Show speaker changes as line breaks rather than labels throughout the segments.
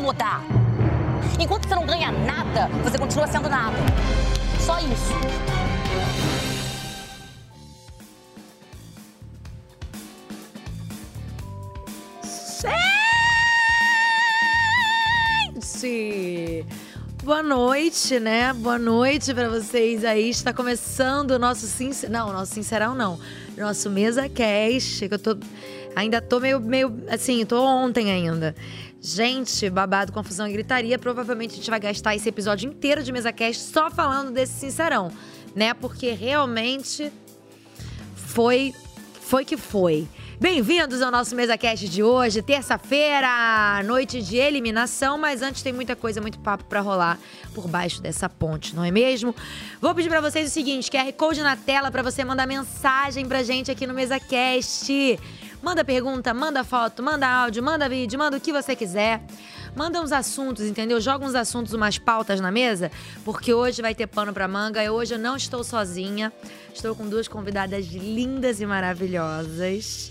mudar. tá. Enquanto você não ganha nada, você continua sendo nada. Só isso.
Gente! Boa noite, né? Boa noite pra vocês aí. Está começando o nosso sincer... não, nosso sincerão não. Nosso mesa cast, que eu tô ainda tô meio meio assim, tô ontem ainda. Gente, babado, confusão e gritaria. Provavelmente a gente vai gastar esse episódio inteiro de mesa cast só falando desse sincerão, né? Porque realmente foi foi que foi. Bem-vindos ao nosso MesaCast de hoje, terça-feira, noite de eliminação, mas antes tem muita coisa, muito papo pra rolar por baixo dessa ponte, não é mesmo? Vou pedir pra vocês o seguinte, QR Code na tela pra você mandar mensagem pra gente aqui no MesaCast. Manda pergunta, manda foto, manda áudio, manda vídeo, manda o que você quiser. Manda uns assuntos, entendeu? Joga uns assuntos, umas pautas na mesa, porque hoje vai ter pano pra manga e hoje eu não estou sozinha. Estou com duas convidadas lindas e maravilhosas.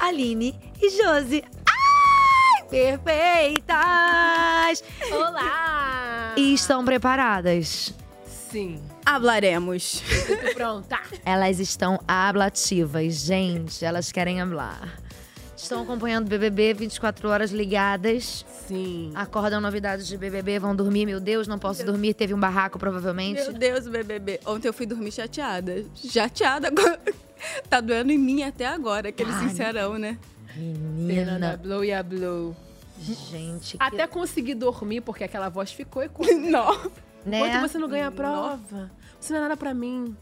Aline e Josi. Ai, perfeitas!
Olá!
E estão preparadas.
Sim,
Hablaremos.
tô pronta.
Elas estão ablativas, gente. Elas querem hablar. Estão acompanhando o BBB 24 horas ligadas.
Sim.
Acordam novidades de BBB, vão dormir. Meu Deus, não posso dormir. Teve um barraco, provavelmente.
Meu Deus, BBB. Ontem eu fui dormir chateada. Chateada. tá doendo em mim até agora, aquele
Ai.
sincerão, né?
Fernanda
Menina,
né? Blow e a Blow.
gente. que-
Até consegui dormir, porque aquela voz ficou e com...
Não.
né?
Enquanto você não ganha a prova, você não é nada pra mim.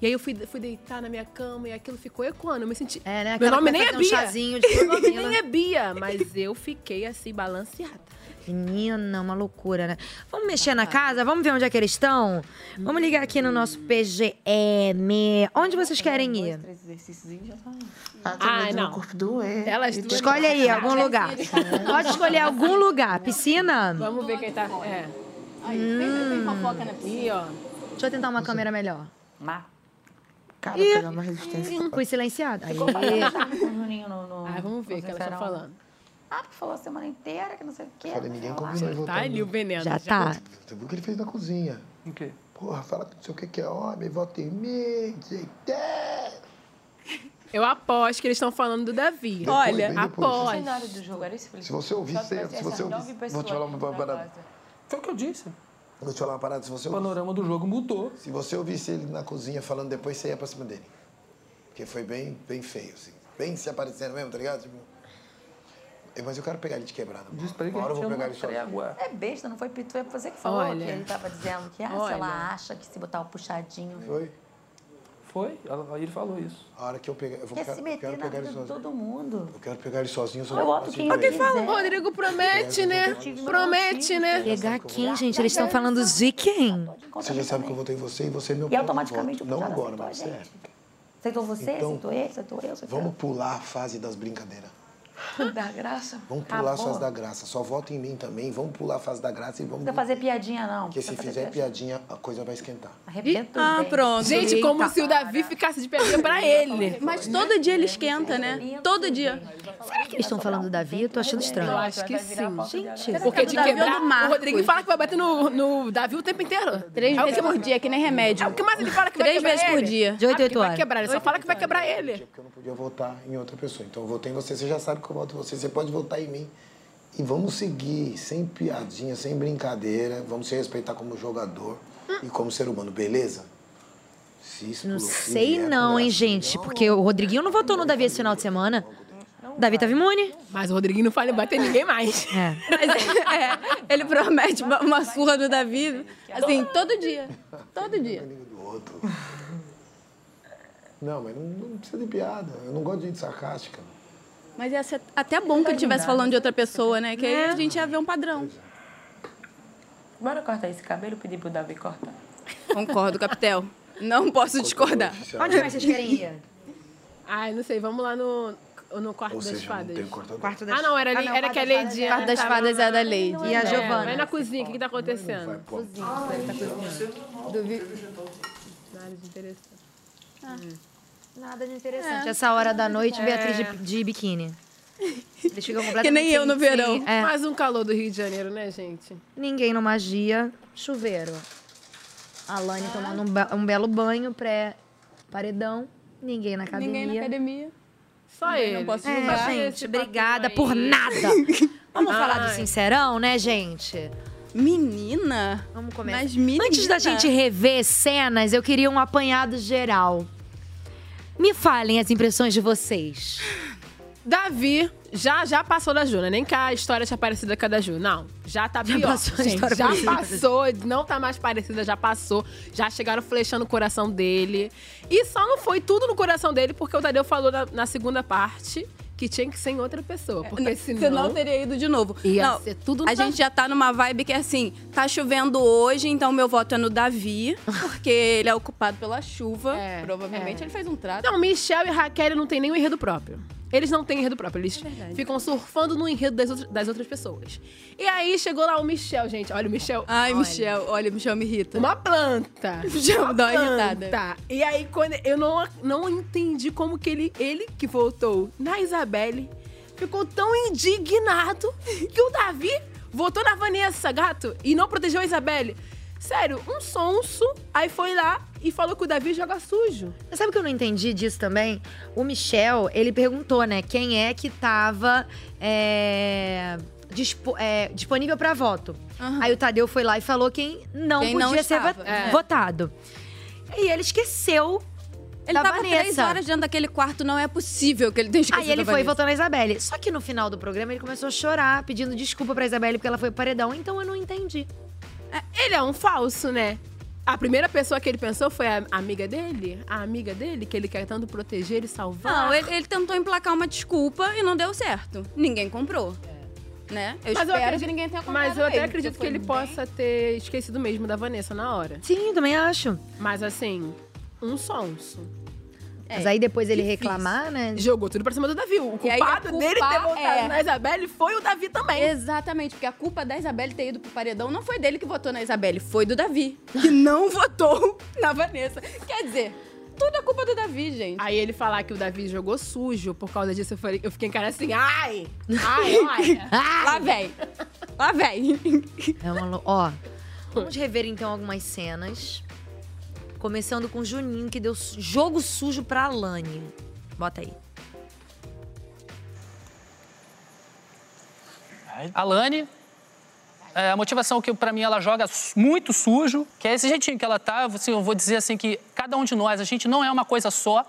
E aí eu fui, fui deitar na minha cama e aquilo ficou ecoando. Eu me senti.
É, né?
Meu
Aquela
nome
coisa
nem é
de um
Bia.
chazinho de
Nem
clorofila.
é Bia, mas eu fiquei assim, balanceada.
Menina, uma loucura, né? Vamos mexer
Tá.
na casa? Vamos ver onde é que eles estão? Vamos ligar aqui no nosso PGM. Onde vocês querem ir?
três exercícios e já tá.
Ah, não.
corpo doer.
Elas duas.
Escolhe aí algum lugar. Pode escolher algum lugar. Piscina?
Vamos ver quem tá. É.
Aí, hum. fofoca na
Ih, ó.
Deixa eu tentar uma câmera melhor.
Má. Cara, pegar uma resistência.
Hum, Fui silenciada. Aí.
Juninho no, no,
Ah, vamos ver o
no
que elas estão
sincerão.
falando.
Ah, porque falou a semana inteira, que não sei o quê.
Falei, ninguém
Sei lá.
combinou de voltar.
Tá ali o
não.
veneno.
Já tá.
Você viu o que ele fez na cozinha?
O quê?
Porra, fala que não sei o que que é homem, volta em mim, jeito.
Eu aposto que eles estão falando do Davi.
Depois,
Olha,
bem depois.
O
Aposto.
cenário do jogo era isso, Felipe?
Se você ouvir,
Só que
você-
vai
se
ser essas
você ouvir,
nove
vou te
pessoas
falar uma
aqui na
parada.
casa.
Foi o que eu disse.
Vou te falar uma parada, se você,
O panorama do jogo mudou.
se você ouvisse ele na cozinha falando depois, você ia pra cima dele. Porque foi bem, bem feio, assim. Bem se aparecendo mesmo, tá ligado? Tipo... Eu- Mas eu quero pegar ele de quebrada. mano.
Disse pra ele que a
Uma hora eu
gente
vou
ia
pegar
numa
ele só.
trégua.
É besta, não foi Pitu, é você que falou
Olha.
que ele tava dizendo que, ah, se
Olha.
ela acha que se botar o puxadinho.
Foi?
Foi, ela- aí ele falou isso.
A hora que eu pegar. Eu vou
Quer
pegar,
se
eu
meter
quero
na
pegar
vida
ele
de
sozinho.
todo mundo.
Eu quero pegar ele sozinho. só-
Eu boto
sozinho
quem
com
eu
ele.
quiser.
O Rodrigo promete, né? Promete, né?
Pegar quem, gente? Eles estão falando de quem?
Pode
Você
encontrar
já
ele
sabe que eu
também.
votei em você e você é meu
E tá
próximo
automaticamente o
voto. Não
puxado
agora,
aceitou a
mas é.
gente. Aceitou tá você,
Então-
aceitou ele, aceitou eu, aceitou
Vamos pular a fase das brincadeiras.
eu. Dá graça.
Vamos
Tá,
pular a
Acabou.
fase da graça. Só vota em mim também. Vamos pular a fase da graça e
Não
vamos.
precisa fazer piadinha, não.
Porque se fizer piadinha, a coisa vai esquentar.
Arrebenta
Ah, pronto.
Gente, como se o Davi ficasse de pedrinha pra ele.
Mas todo dia ele esquenta, né? Todo dia.
Será que eles estão falando do Davi? Eu tô achando
Eu
estranho.
acho que sim.
Gente,
Porque de
Davi ou
quebrar,
do Marcos?
o Rodrigo fala que vai bater no, no Davi o tempo inteiro.
Três
é o
vezes
que-
por dia, que nem remédio.
É o que mais ele fala que
Três
vai quebrar
vezes por
ele.
dia.
De oito a
Ah,
oito
porque vai
horas.
quebrar, ele só fala que vai quebrar ele.
Porque eu não podia votar em outra pessoa. Então eu votei em você. Você já sabe que eu voto em você. Você pode votar em mim. E vamos seguir, sem piadinha, sem brincadeira. Vamos se respeitar como jogador e como ser humano, beleza? Se isso
Não
é
sei não, hein, gente? Porque o Rodriguinho não votou no Davi esse final de semana. Davi tava imune.
Mas o Rodriguinho não fala em bater ninguém mais.
É.
Mas é, ele promete uma surra do
né?
Davi, assim, todo dia. Todo dia.
amigo do outro. Não, mas não, não precisa de piada. Eu não gosto de gente sarcástica.
Mas ia ser até bom que ele estivesse falando de outra pessoa, né? Que
É.
É.
aí a gente ia ver um padrão.
Bora cortar esse cabelo e pedir pro Davi cortar.
Concordo, capitel. Não posso discordar.
Onde mais vocês querem ir?
Ai, não sei, vamos lá no, no quarto
Ou
das
seja, não
fadas.
tem cortador.
Quarto das
Ah, não, era, ali, era que a Lady.
Parte das fadas é a da Lady.
E a
É, vai
Giovana?
na cozinha, o que, que tá acontecendo? Cozinha, deve tá cozinhando. Duvi- Nada de interessante.
É.
É.
É.
Nada de interessante. Essa hora da noite, Beatriz de, de biquíni. Eles ficam completamente.
Que nem eu no
sem-
verão.
sem- é.
Mais um calor do Rio de Janeiro, né, gente?
Ninguém no magia, chuveiro. A Lani
Ah.
tomando um, ba- um belo banho pré-paredão. Ninguém na academia.
Ninguém na academia.
Só
Também
ele.
não posso
É,
julgar.
gente, obrigada por nada. Vamos falar do sincerão, né, gente?
Menina.
Vamos começar.
Mas menina.
Antes da gente rever cenas, eu queria um apanhado geral. Me falem as impressões de vocês.
Davi já já passou da Ju, né? Nem que a história tinha parecida com a da Ju. Não, já tá
Já
pior.
passou a
gente,
história
já
parecida com a da Ju.
passou, não tá mais parecida, já passou. Já chegaram flechando o coração dele. E só não foi tudo no coração dele porque o Tadeu falou na, na segunda parte que tinha que ser em outra pessoa,
É,
porque senão,
Senão teria ido de novo.
Ia
não,
ser tudo no
a gente já tá numa vibe que é assim, tá chovendo hoje, então meu voto é no Davi, porque ele é ocupado pela chuva.
É,
Provavelmente
é.
ele fez um trato.
Não, Michel e Raquel não tem nenhum enredo próprio. Eles não têm enredo próprio, eles
É
ficam surfando no enredo das, outras- das outras pessoas. E aí chegou lá o Michel, gente. Olha, o Michel.
Ai, Michel, olha, Michel me irrita.
Uma planta.
Já dá uma irritada.
Tá. E aí, quando eu não, não entendi como que ele, ele que voltou na Isabelle, ficou tão indignado que o Davi votou na Vanessa, gato, e não protegeu a Isabelle. Sério, um sonso, aí foi lá e falou que o Davi joga sujo.
Sabe o que eu não entendi disso também? O Michel, ele perguntou, né, quem é que tava é, dispo- é, disponível pra voto.
Aham.
Aí o Tadeu foi lá e falou quem não
Quem
podia
não
ser
estava.
vo-
É.
votado. E ele esqueceu.
Ele
da
tava
Vanessa.
três horas dentro daquele quarto, não é possível que ele tenha esquecido
Aí ele
a
foi e
Vanessa.
votou na Isabelle. Só que no final do programa ele começou a chorar, pedindo desculpa pra Isabelle porque ela foi pro paredão. Então eu não entendi.
Ele é um falso, né? A primeira pessoa que ele pensou foi a amiga dele? A amiga dele, que ele quer tanto proteger e salvar?
Não, ele, ele tentou emplacar uma desculpa e não deu certo. Ninguém comprou. Né? Eu espero que ninguém tenha comprado
Mas eu até
ele,
acredito que
porque
ele
foi bem-
possa ter esquecido mesmo da Vanessa na hora.
Sim, também acho.
Mas assim, um sonso.
Mas aí depois ele
É, difícil.
reclamar, né?
Jogou tudo pra cima do Davi. O
E aí,
culpado
culpar
dele ter voltado
é-
na Isabelle foi o Davi também.
Exatamente, porque a culpa da Isabelle ter ido pro paredão não foi dele que votou na Isabelle, foi do Davi, que não votou na Vanessa. Quer dizer, tudo é culpa do Davi, gente.
Aí ele falar que o Davi jogou sujo por causa disso, eu, falei, eu fiquei em cara assim, ai! Ai, olha!
Lá vem. Lá vem.
É uma lou- Ó, vamos rever então algumas cenas. Começando com o Juninho, que deu su- jogo sujo pra Alane. Bota aí.
A Lani, é, a motivação que pra mim ela joga su- muito sujo, que é esse jeitinho que ela tá, assim, eu vou dizer assim que cada um de nós, a gente não é uma coisa só.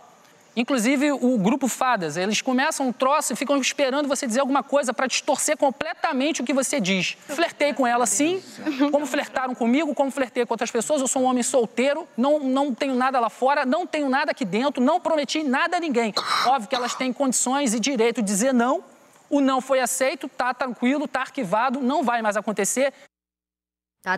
Inclusive o grupo Fadas, eles começam um troço e ficam esperando você dizer alguma coisa pra distorcer completamente o que você diz. Flertei com ela sim, como flertaram comigo, como flertei com outras pessoas, eu sou um homem solteiro, não, não tenho nada lá fora, não tenho nada aqui dentro, não prometi nada a ninguém. Óbvio que elas têm condições e direito de dizer não, o não foi aceito, tá tranquilo, tá arquivado, não vai mais acontecer.
Tá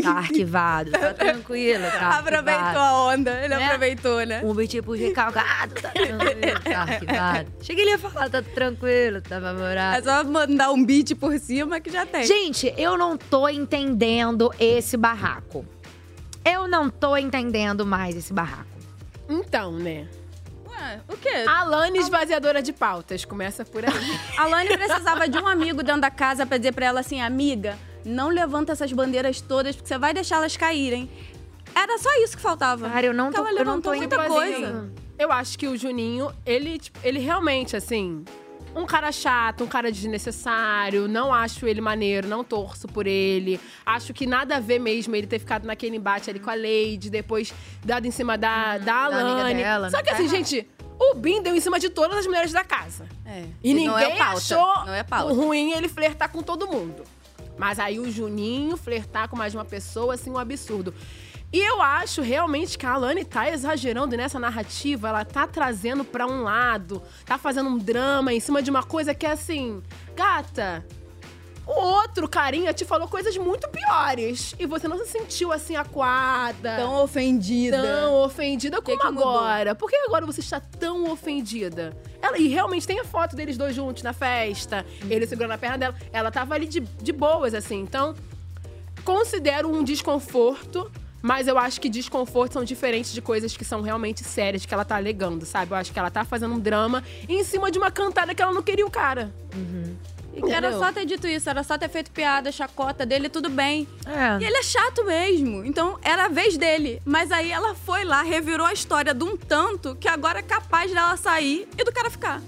tá arquivado. Tá tranquilo, tá
Aproveitou
arquivado.
a onda, ele
Né?
aproveitou, né?
Um tipo recalcado, tá tranquilo, tá arquivado. Cheguei ali a falar, tá tranquilo, tá favorável.
É só mandar um beat por cima que já tem.
Gente, eu não tô entendendo esse barraco. Eu não tô entendendo mais esse barraco.
Então, né?
Ué, o quê?
Alane esvaziadora de pautas, começa por aí.
A Lani precisava de um amigo dentro da casa pra dizer pra ela assim, amiga, não levanta essas bandeiras todas porque você vai deixá-las caírem. Era só isso que faltava.
Cara, eu não
Porque
tô-
ela
eu não
levantou
tô
muita coisa.
entendendo.
Eu acho que o Juninho, ele, tipo, ele realmente, assim, um cara chato, um cara desnecessário, não acho ele maneiro, não torço por ele. Acho que nada a ver mesmo ele ter ficado naquele embate ali com a Lady, depois dado em cima da, da
da amiga
Alane.
dela,
Só
né?
que assim, gente, o Bin deu em cima de todas as mulheres da casa.
É.
E ninguém
não é pauta.
achou
Não é pauta.
ruim ele flertar com todo mundo. Mas aí o Juninho flertar com mais de uma pessoa, assim, um absurdo. E eu acho realmente que a Alane tá exagerando nessa narrativa, ela tá trazendo pra um lado, tá fazendo um drama em cima de uma coisa que é assim, gata, o outro carinha te falou coisas muito piores e você não se sentiu assim acuada
Tão ofendida.
tão ofendida como
que mudou?
agora. Por que agora você está tão ofendida? Ela, e realmente tem a foto deles dois juntos na festa, ele segurando a perna dela. Ela tava ali de, de boas, assim. Então, considero um desconforto. Mas eu acho que desconforto são diferentes de coisas que são realmente sérias, que ela tá alegando, sabe? Eu acho que ela tá fazendo um drama em cima de uma cantada que ela não queria o cara.
Uhum. Era
Entendeu?
só ter dito isso, era só ter feito piada, chacota dele, tudo bem.
É.
E ele é chato mesmo. Então era a vez dele. Mas aí ela foi lá, revirou a história de um tanto que agora é capaz dela sair e do cara ficar.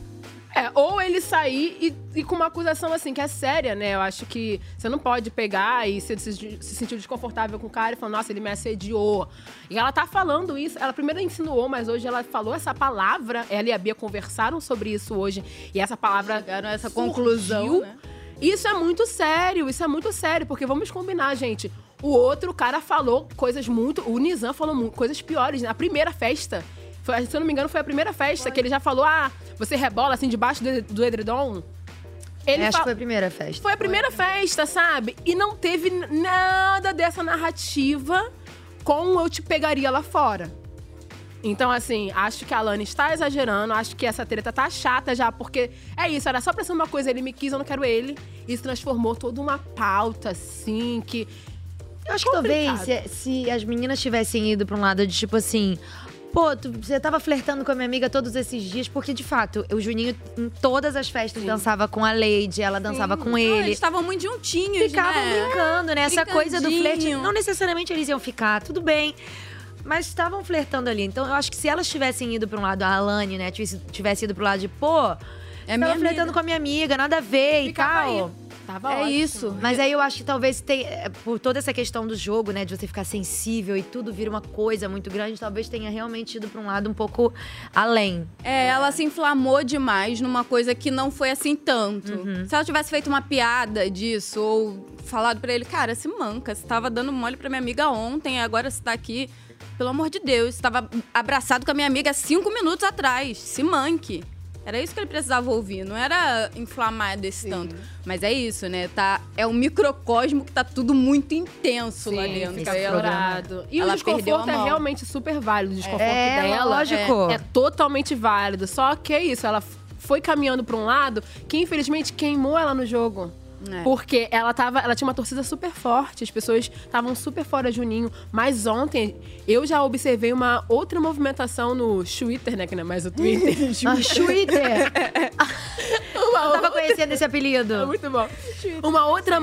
É, ou ele sair e, e com uma acusação assim, que é séria, né? Eu acho que você não pode pegar e se, se, se sentir desconfortável com o cara e falar, nossa, ele me assediou. E ela tá falando isso. Ela primeiro insinuou, mas hoje ela falou essa palavra. Ela e a Bia conversaram sobre isso hoje. E essa palavra.
Chegaram a essa
surgiu.
conclusão, né?
Isso é muito sério, isso é muito sério, porque vamos combinar, gente. O outro cara falou coisas muito. O Nizam falou mu- coisas piores. Na primeira festa, foi- se eu não me engano, foi a primeira festa que ele já falou: ah, você rebola assim debaixo do, do edredom. Ele
É, acho
fa-
que foi a primeira festa.
foi a primeira festa, sabe? E não teve n- nada dessa narrativa com eu te pegaria lá fora. Então, assim, acho que a Alane está exagerando, acho que essa treta tá chata já, porque é isso, era só pra ser uma coisa, ele me quis, eu não quero ele. Isso transformou toda uma pauta, assim, que.
Eu acho que talvez é se, se as meninas tivessem ido pra um lado de tipo assim. Pô, tu- você tava flertando com a minha amiga todos esses dias, porque de fato, o Juninho em todas as festas dançava com a Lady, ela dançava com
Não,
ele.
eles estavam muito juntinhos,
Ficavam
né?
brincando, né? Essa coisa do flerte.
Brincandinho.
Não necessariamente eles iam ficar, tudo bem. Mas estavam flertando ali. Então eu acho que se elas tivessem ido pra um lado, a Alane, né? Tivesse, tivesse ido pro lado de, pô,
É minha
tava
amiga.
flertando com a minha amiga, nada a ver
Ficava
e tal.
aí. Tava
É
ótimo.
isso.
Mas aí eu acho que talvez tem, é, por toda essa questão do jogo, né, de você ficar sensível e tudo vira uma coisa muito grande, talvez tenha realmente ido pra um lado um pouco além.
É, ela se inflamou demais numa coisa que não foi assim tanto.
Uhum.
Se ela tivesse feito uma piada disso ou falado pra ele, cara, se manca, você tava dando mole pra minha amiga ontem, agora você tá aqui. Pelo amor de Deus, você tava abraçado com a minha amiga há cinco minutos atrás. Se manque. Era isso que ele precisava ouvir, não era inflamar desse tanto. Mas é isso, né? Tá, é um microcosmo que tá tudo muito intenso lá
Sim,
dentro.
fica
Aí ela-
colorado. E
ela
o
perdeu a
desconforto é
mão.
realmente super válido. O desconforto
É,
dela
lógico.
É, é totalmente válido. Só que é isso, ela f- foi caminhando pra um lado que infelizmente queimou ela no jogo.
É.
Porque ela tava, ela tinha uma torcida super forte, as pessoas estavam super fora de Juninho. Mas ontem eu já observei uma outra movimentação no Twitter, né, que não é mais o Twitter.
Ah, Twitter!
Uma
Eu tava conhecendo esse apelido.
é muito bom. Uma outra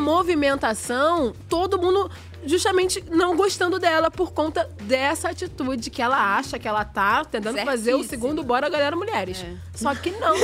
movimentação, todo mundo justamente não gostando dela por conta dessa atitude que ela acha que ela tá tentando fazer o
Certíssima.
segundo Bora Galera Mulheres.
É.
Só que não.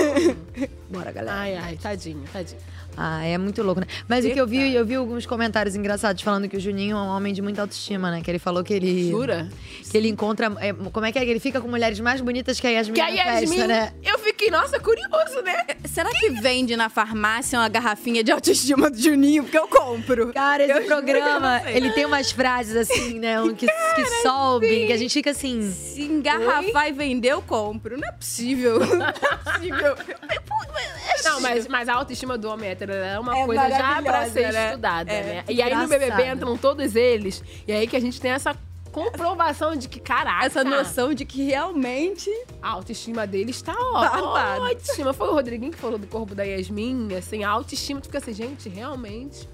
Bora, galera.
ai, ai, tadinho, tadinho.
Ah, é muito louco, né? Mas o que eu vi, eu vi alguns comentários engraçados falando que o Juninho é um homem de muita autoestima, né? Que ele falou que ele.
Jura?
Que ele encontra. é, como é que é? Que ele fica com mulheres mais bonitas que a Yasmin
Que
na
a Yasmin,
festa, né?
eu fiquei, nossa, curioso, né?
Será que vende na farmácia uma garrafinha de autoestima do Juninho? Porque eu compro.
Cara, esse
Eu juro que eu
programa,
não sei.
ele tem umas frases assim, né? um que, que sobem, que a gente fica assim.
Se engarrafar e vender, eu compro. Não é possível. Não é possível.
Não, mas, mas a autoestima do homem hétero é uma
É
coisa já pra
maravilhosa,
ser
né?
estudada,
É,
né? E aí no
engraçado.
BBB entram todos eles, e aí que a gente tem essa comprovação de que, caraca,
Essa noção de que realmente.
A autoestima dele está
Tá Babado.
ó- ótima. Foi o Rodriguinho que falou do corpo da Yasmin, assim, a autoestima. Tu fica assim, gente, realmente.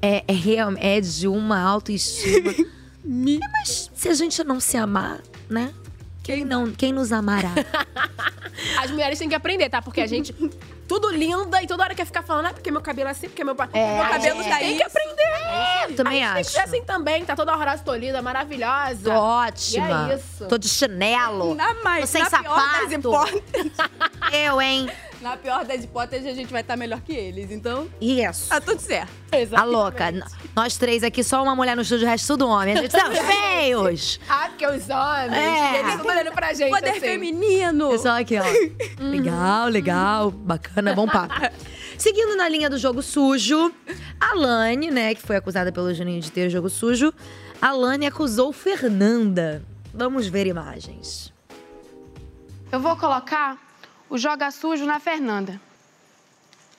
É, é, real, é de uma autoestima. É, mas se a gente não se amar, né? Quem, não, quem nos amará?
As mulheres têm que aprender, tá? Porque a gente. Tudo linda e toda hora quer ficar falando, ah, porque meu cabelo é assim, porque meu, pa-
É,
meu cabelo
é.
tá Tem que aprender!
Eu também
a gente
acho.
Tem que ser assim também, tá toda horrorosa, tolida, maravilhosa.
Tô ótima.
E é isso.
Tô de chinelo.
Ainda mais.
Tô sem
na pior das
sapato.
hipóteses.
Eu, hein?
Na pior das hipóteses, a gente vai estar melhor que eles. Então,
Isso.
tá tudo certo.
A louca. N- Nós três aqui, só uma mulher no estúdio, o resto tudo homem. A gente são feios.
Ah, porque os homens,
É.
eles estão olhando pra gente
Poder
assim.
feminino.
Pessoal É aqui, ó. Legal, legal. Bacana, bom papo. Seguindo na linha do jogo sujo, a Lani, né, que foi acusada pelo Juninho de ter jogo sujo, a Lani acusou Fernanda. Vamos ver imagens.
Eu vou colocar o joga sujo na Fernanda.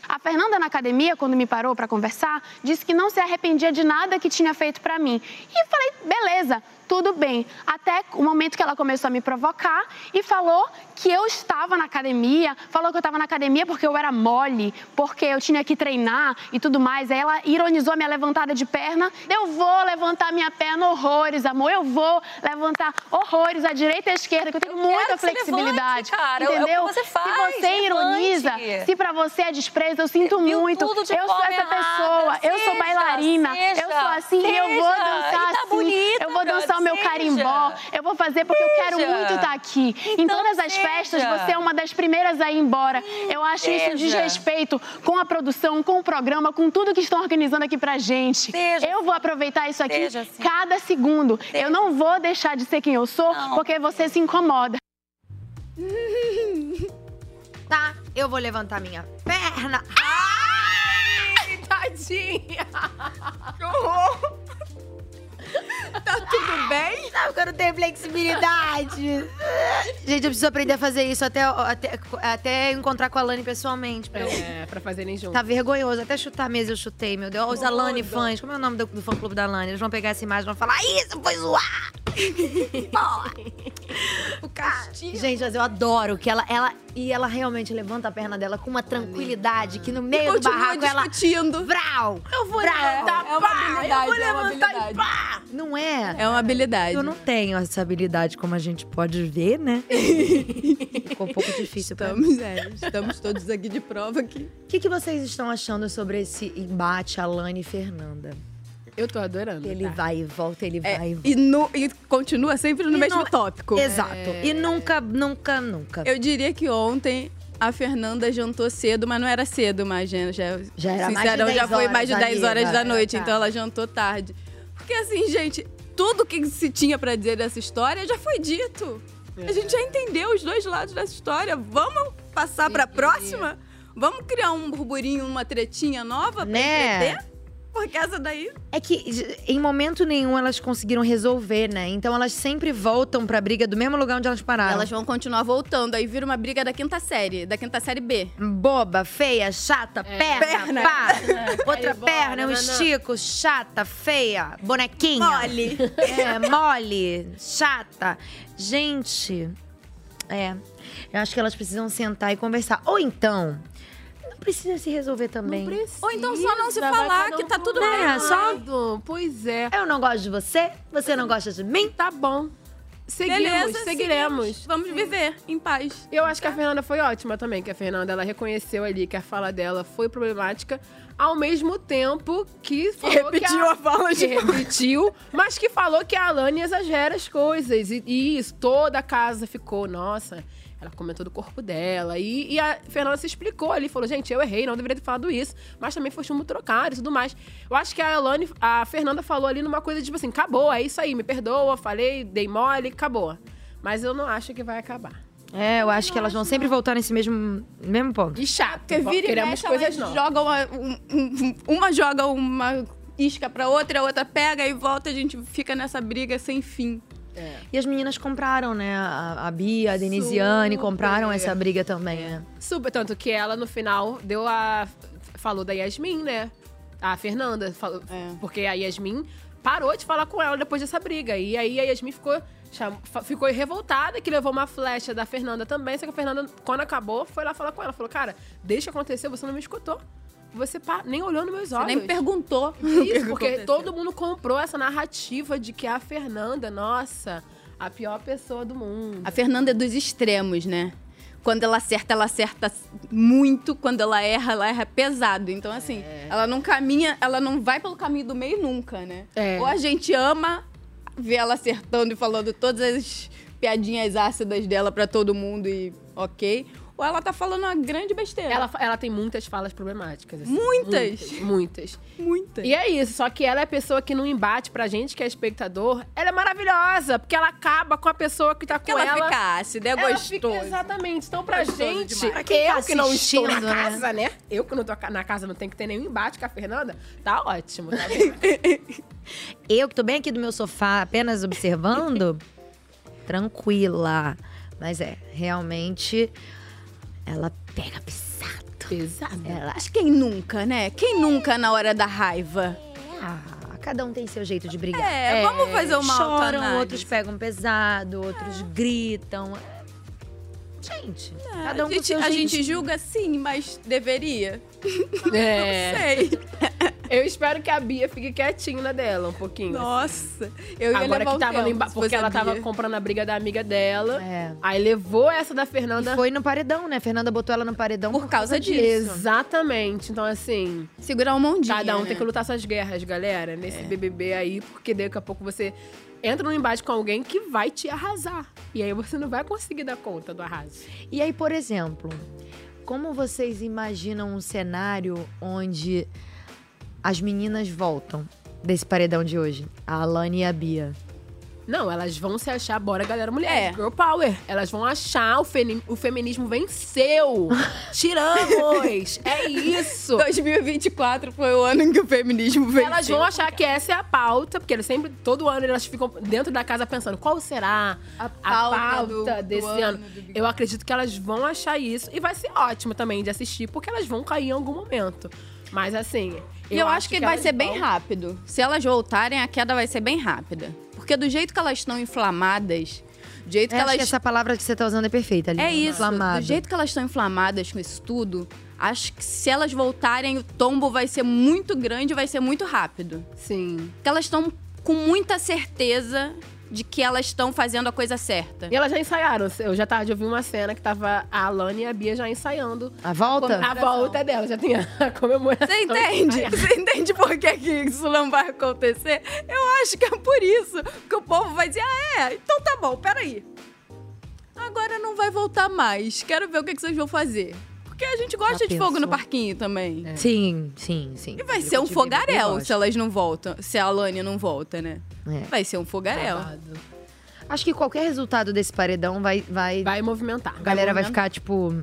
A Fernanda na academia, quando me parou para conversar, disse que não se arrependia de nada que tinha feito para mim. E eu falei, beleza, tudo bem. Até o momento que ela começou a me provocar e falou que eu estava na academia, falou que eu estava na academia porque eu era mole, porque eu tinha que treinar e tudo mais. Aí ela ironizou a minha levantada de perna. Eu vou levantar minha perna horrores, amor. Eu vou levantar horrores à direita e à esquerda, que eu tenho muita
que você levante,
flexibilidade.
cara. É o que
Entendeu?
você faz,
se você ironiza,
levante.
se pra você é desprezo, eu sinto
Viu
muito.
tudo de
eu sou
forma
essa pessoa,
errada.
eu sou
Seja,
bailarina, eu
seja,
sou assim e eu vou
seja.
dançar
E tá
assim.
bonita,
eu vou dançar o meu
brother,
carimbó,
seja.
eu vou fazer porque eu quero
Seja.
muito estar aqui. em
Então
todas as
seja.
festas, você é uma das primeiras a ir embora. eu acho isso um
seja.
desrespeito com a produção, com o programa, com tudo que estão organizando aqui pra gente.
Seja.
eu vou aproveitar isso aqui
Seja, sim.
cada segundo. Eu não vou deixar de ser quem eu sou porque você se incomoda.
Tá, eu vou levantar minha perna.
Tadinha!
Tá tudo bem? Sabe que eu não tenho flexibilidade? Gente, eu preciso aprender a fazer isso até, até, até encontrar com a Lani pessoalmente. Pra eu-
É, pra fazerem junto.
Tá vergonhoso. Até chutar a mesa eu chutei, meu Deus. Os Alane fãs. Como é o nome do, do fã-clube da Alane? Eles vão pegar essa imagem e vão falar, isso foi zoar! Porra! O castigo. Gente, mas eu adoro que ela, ela... E ela realmente levanta a perna dela com uma tranquilidade que no meio do
continua
barraco ela...
discutindo.
Vral!
Eu vou
Bravo.
levantar,
É uma
pá! Eu
habilidade,
vou
é uma
levantar e
habilidade.
pá!
Não é?
É uma habilidade.
Eu não tenho essa habilidade, como a gente pode ver, né? Ficou um pouco difícil pra mim.
Estamos, é, estamos todos aqui de prova que
O que, que vocês estão achando sobre esse embate Alane e Fernanda?
Eu tô adorando.
Ele
tá?
vai e volta, ele
É,
vai e volta.
e, nu- e continua sempre no
E
mesmo
não-
tópico. É.
Exato. E nunca, nunca, nunca.
Eu diria que ontem a Fernanda jantou cedo, mas não era cedo, mas já, já,
Já era mais de
sincerão,
10
já foi mais de
horas,
10 horas
amiga.
da noite,
Tá.
então ela jantou tarde. Porque assim, gente, tudo que se tinha pra dizer dessa história já foi dito. A gente
É.
já entendeu os dois lados dessa história. Vamos passar pra próxima? Vamos criar um burburinho, uma tretinha nova pra
Né?
entreter? Porque essa daí
É que j- em momento nenhum elas conseguiram resolver, né? Então elas sempre voltam pra briga do mesmo lugar onde elas pararam.
Elas vão continuar voltando, aí vira uma briga da quinta série, da quinta série B.
Boba, feia, chata, perna,
É, Perna. né,
pá. Outra
Aí, bora,
perna, eu
nananã.
estico, chata, feia, bonequinha.
Mole.
É, mole, chata. Gente, é. Eu acho que elas precisam sentar e conversar. Ou então, não precisa se resolver também.
Ou então só não se falar, que tá tudo bem.
É, só-
Só... um Pois é.
Eu não gosto de você, você não gosta de mim.
Tá bom. Seguimos,
Beleza,
seguiremos. Hum.
Vamos viver em paz.
Eu acho que a Fernanda foi ótima também, que a Fernanda ela reconheceu ali que a fala dela foi problemática, ao mesmo tempo que falou que
repetiu a fala
que
de-
repetiu, mas que falou que a Alane exagera as coisas e, e isso toda a casa ficou, nossa, ela comentou do corpo dela e, e a Fernanda se explicou ali, falou, gente, eu errei, não deveria ter falado isso, mas também foi chumbo trocado e tudo mais. Eu acho que a Alane, a Fernanda falou ali numa coisa tipo assim, acabou, é isso aí, me perdoa, falei, dei mole, acabou. Mas eu não acho que vai acabar.
É, eu acho que elas vão sempre voltar nesse mesmo, mesmo ponto.
E chato.
Porque vira e
Queremos
mexe,
coisas
elas
novas.
jogam uma, um- um- uma joga uma isca pra outra, a outra pega e volta, a gente fica nessa briga sem fim.
E as meninas compraram, né? A, a Bia, a Denisiane
Super.
compraram essa briga também, né?
Super, tanto que ela no final deu a. Falou da Yasmin, né? A Fernanda falou.
É.
Porque a Yasmin parou de falar com ela depois dessa briga. E aí a Yasmin ficou, cham- fa- ficou revoltada, que levou uma flecha da Fernanda também. Só que a Fernanda, quando acabou, foi lá falar com ela. Falou, cara, deixa acontecer, você não me escutou. Você pa- nem olhou nos meus
Você
olhos.
nem me perguntou.
Isso, porque todo mundo comprou essa narrativa de que a Fernanda, nossa, a pior pessoa do mundo.
A Fernanda é dos extremos, né? Quando ela acerta, ela acerta muito. Quando ela erra, ela erra pesado. Então, assim,
É.
ela não caminha, ela não vai pelo caminho do meio nunca, né?
É.
Ou a gente ama ver ela acertando e falando todas as piadinhas ácidas dela pra todo mundo e ok. Ou ela tá falando uma grande besteira.
Ela, fa- ela tem muitas falas problemáticas. assim.
Muitas?
Muitas. muitas.
Muita.
E é isso, só que ela é a pessoa que no embate pra gente, que é espectador, ela é maravilhosa, porque ela acaba com a pessoa que tá
Porque
com
ela,
ela.
fica ácida, é
Ela fica-
gostoso.
exatamente. Então, pra
Gostoso
gente,
demais.
Pra quem
eu
tá
que não estou na
assistindo, né?
casa, né? Eu que não tô ca- na casa, não tem que ter nenhum embate com a Fernanda, tá ótimo. Tá bem?
Eu que tô bem aqui do meu sofá, apenas observando, tranquila. Mas é, realmente, ela pega pesado.
Pesado.
Ela
Mas quem nunca, né? Quem nunca na hora da raiva?
é a Cada um tem seu jeito de brigar.
É, vamos fazer uma
Choram,
autoanálise.
outros pegam pesado, outros gritam. Gente, cada um
É, a Ah,
com
gente,
seu
a
jeito.
gente julga sim, mas deveria.
É.
Sei.
Eu espero que a Bia fique quietinha na dela um pouquinho. assim.
Nossa, eu ia
Agora
levar
que
um
tava no
tempo,
emba-
se
Porque
fosse a
ela tava
Bia.
comprando a briga da amiga dela.
É.
Aí levou essa da
E
Fernanda.
foi no paredão, né? Fernanda botou ela no paredão
Por causa disso.
Exatamente. Então, assim,
Segurar um mundinho,
cada um tem
né?
que lutar suas guerras, galera,
É.
nesse BBB aí, porque daqui a pouco você entra num embate com alguém que vai te arrasar. E aí você não vai conseguir dar conta do arraso.
E aí, por exemplo, como vocês imaginam um cenário onde as meninas voltam desse paredão de hoje? A Alane e a Bia.
Não, elas vão se achar, bora, galera, mulher.
É.
Girl power. Elas vão achar o, feni- o feminismo venceu. Tiramos! é isso!
2024 foi o ano em que o feminismo veio.
Elas vão achar que essa é a pauta, porque eles sempre, todo ano, elas ficam dentro da casa pensando qual será
a
a
pauta,
pauta
do- do
desse ano.
do Big
Eu acredito que elas vão achar isso e vai ser ótimo também de assistir, porque elas vão cair em algum momento. Mas assim.
E eu, acho que, vai
elas
ser bem
vão-
rápido. Se elas voltarem, a queda vai ser bem rápida. Porque do jeito que elas estão inflamadas, do jeito
Eu
que
acho
elas.
que essa palavra que você tá usando é perfeita, ali.
É isso.
Inflamado.
Do jeito que elas estão inflamadas com isso tudo, acho que se elas voltarem, o tombo vai ser muito grande e vai ser muito rápido.
Sim.
Porque elas estão com muita certeza de que elas estão fazendo a coisa certa.
E elas já ensaiaram. Eu já tarde eu vi uma cena que tava a Alane e a Bia já ensaiando
A volta?
a volta é dela. Já tinha a comemoração.
Você entende? Você entende por que, que isso não vai acontecer? Eu acho que é por isso que o povo vai dizer: ah, é, então tá bom, peraí. Agora não vai voltar mais. Quero ver o que, que vocês vão fazer. Porque a gente gosta
Já
de fogo no
pensou? É.
parquinho também.
Sim, sim, sim.
E vai ser um fogaréu se elas não voltam, se a Alane não volta, né?
É.
Vai ser um fogaréu.
Acho que qualquer resultado desse paredão vai. vai,
Vai movimentar.
a galera vai ficar tipo,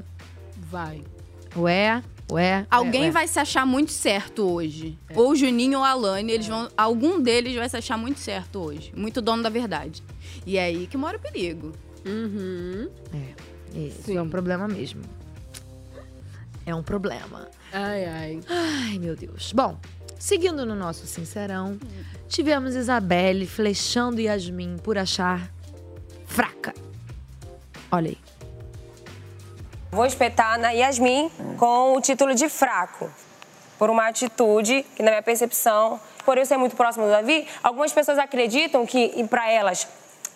Vai.
ué, ué.
Alguém
É, ué, É. ué.
vai se achar muito certo hoje. Ou o Juninho ou a Alane,
É.
eles vão, algum deles vai se achar muito certo hoje. Muito dono da verdade. E é aí que mora o perigo.
Uhum.
Isso
Sim.
é um problema mesmo. É um problema.
Ai, ai.
Ai, meu Deus. Bom, seguindo no nosso Sincerão,
Hum.
tivemos Isabelle flechando Yasmin por achar fraca. Olha aí.
Vou espetar na Yasmin com o título de fraco, por uma atitude que, na minha percepção, por eu ser muito próximo do Davi, algumas pessoas acreditam que, para elas,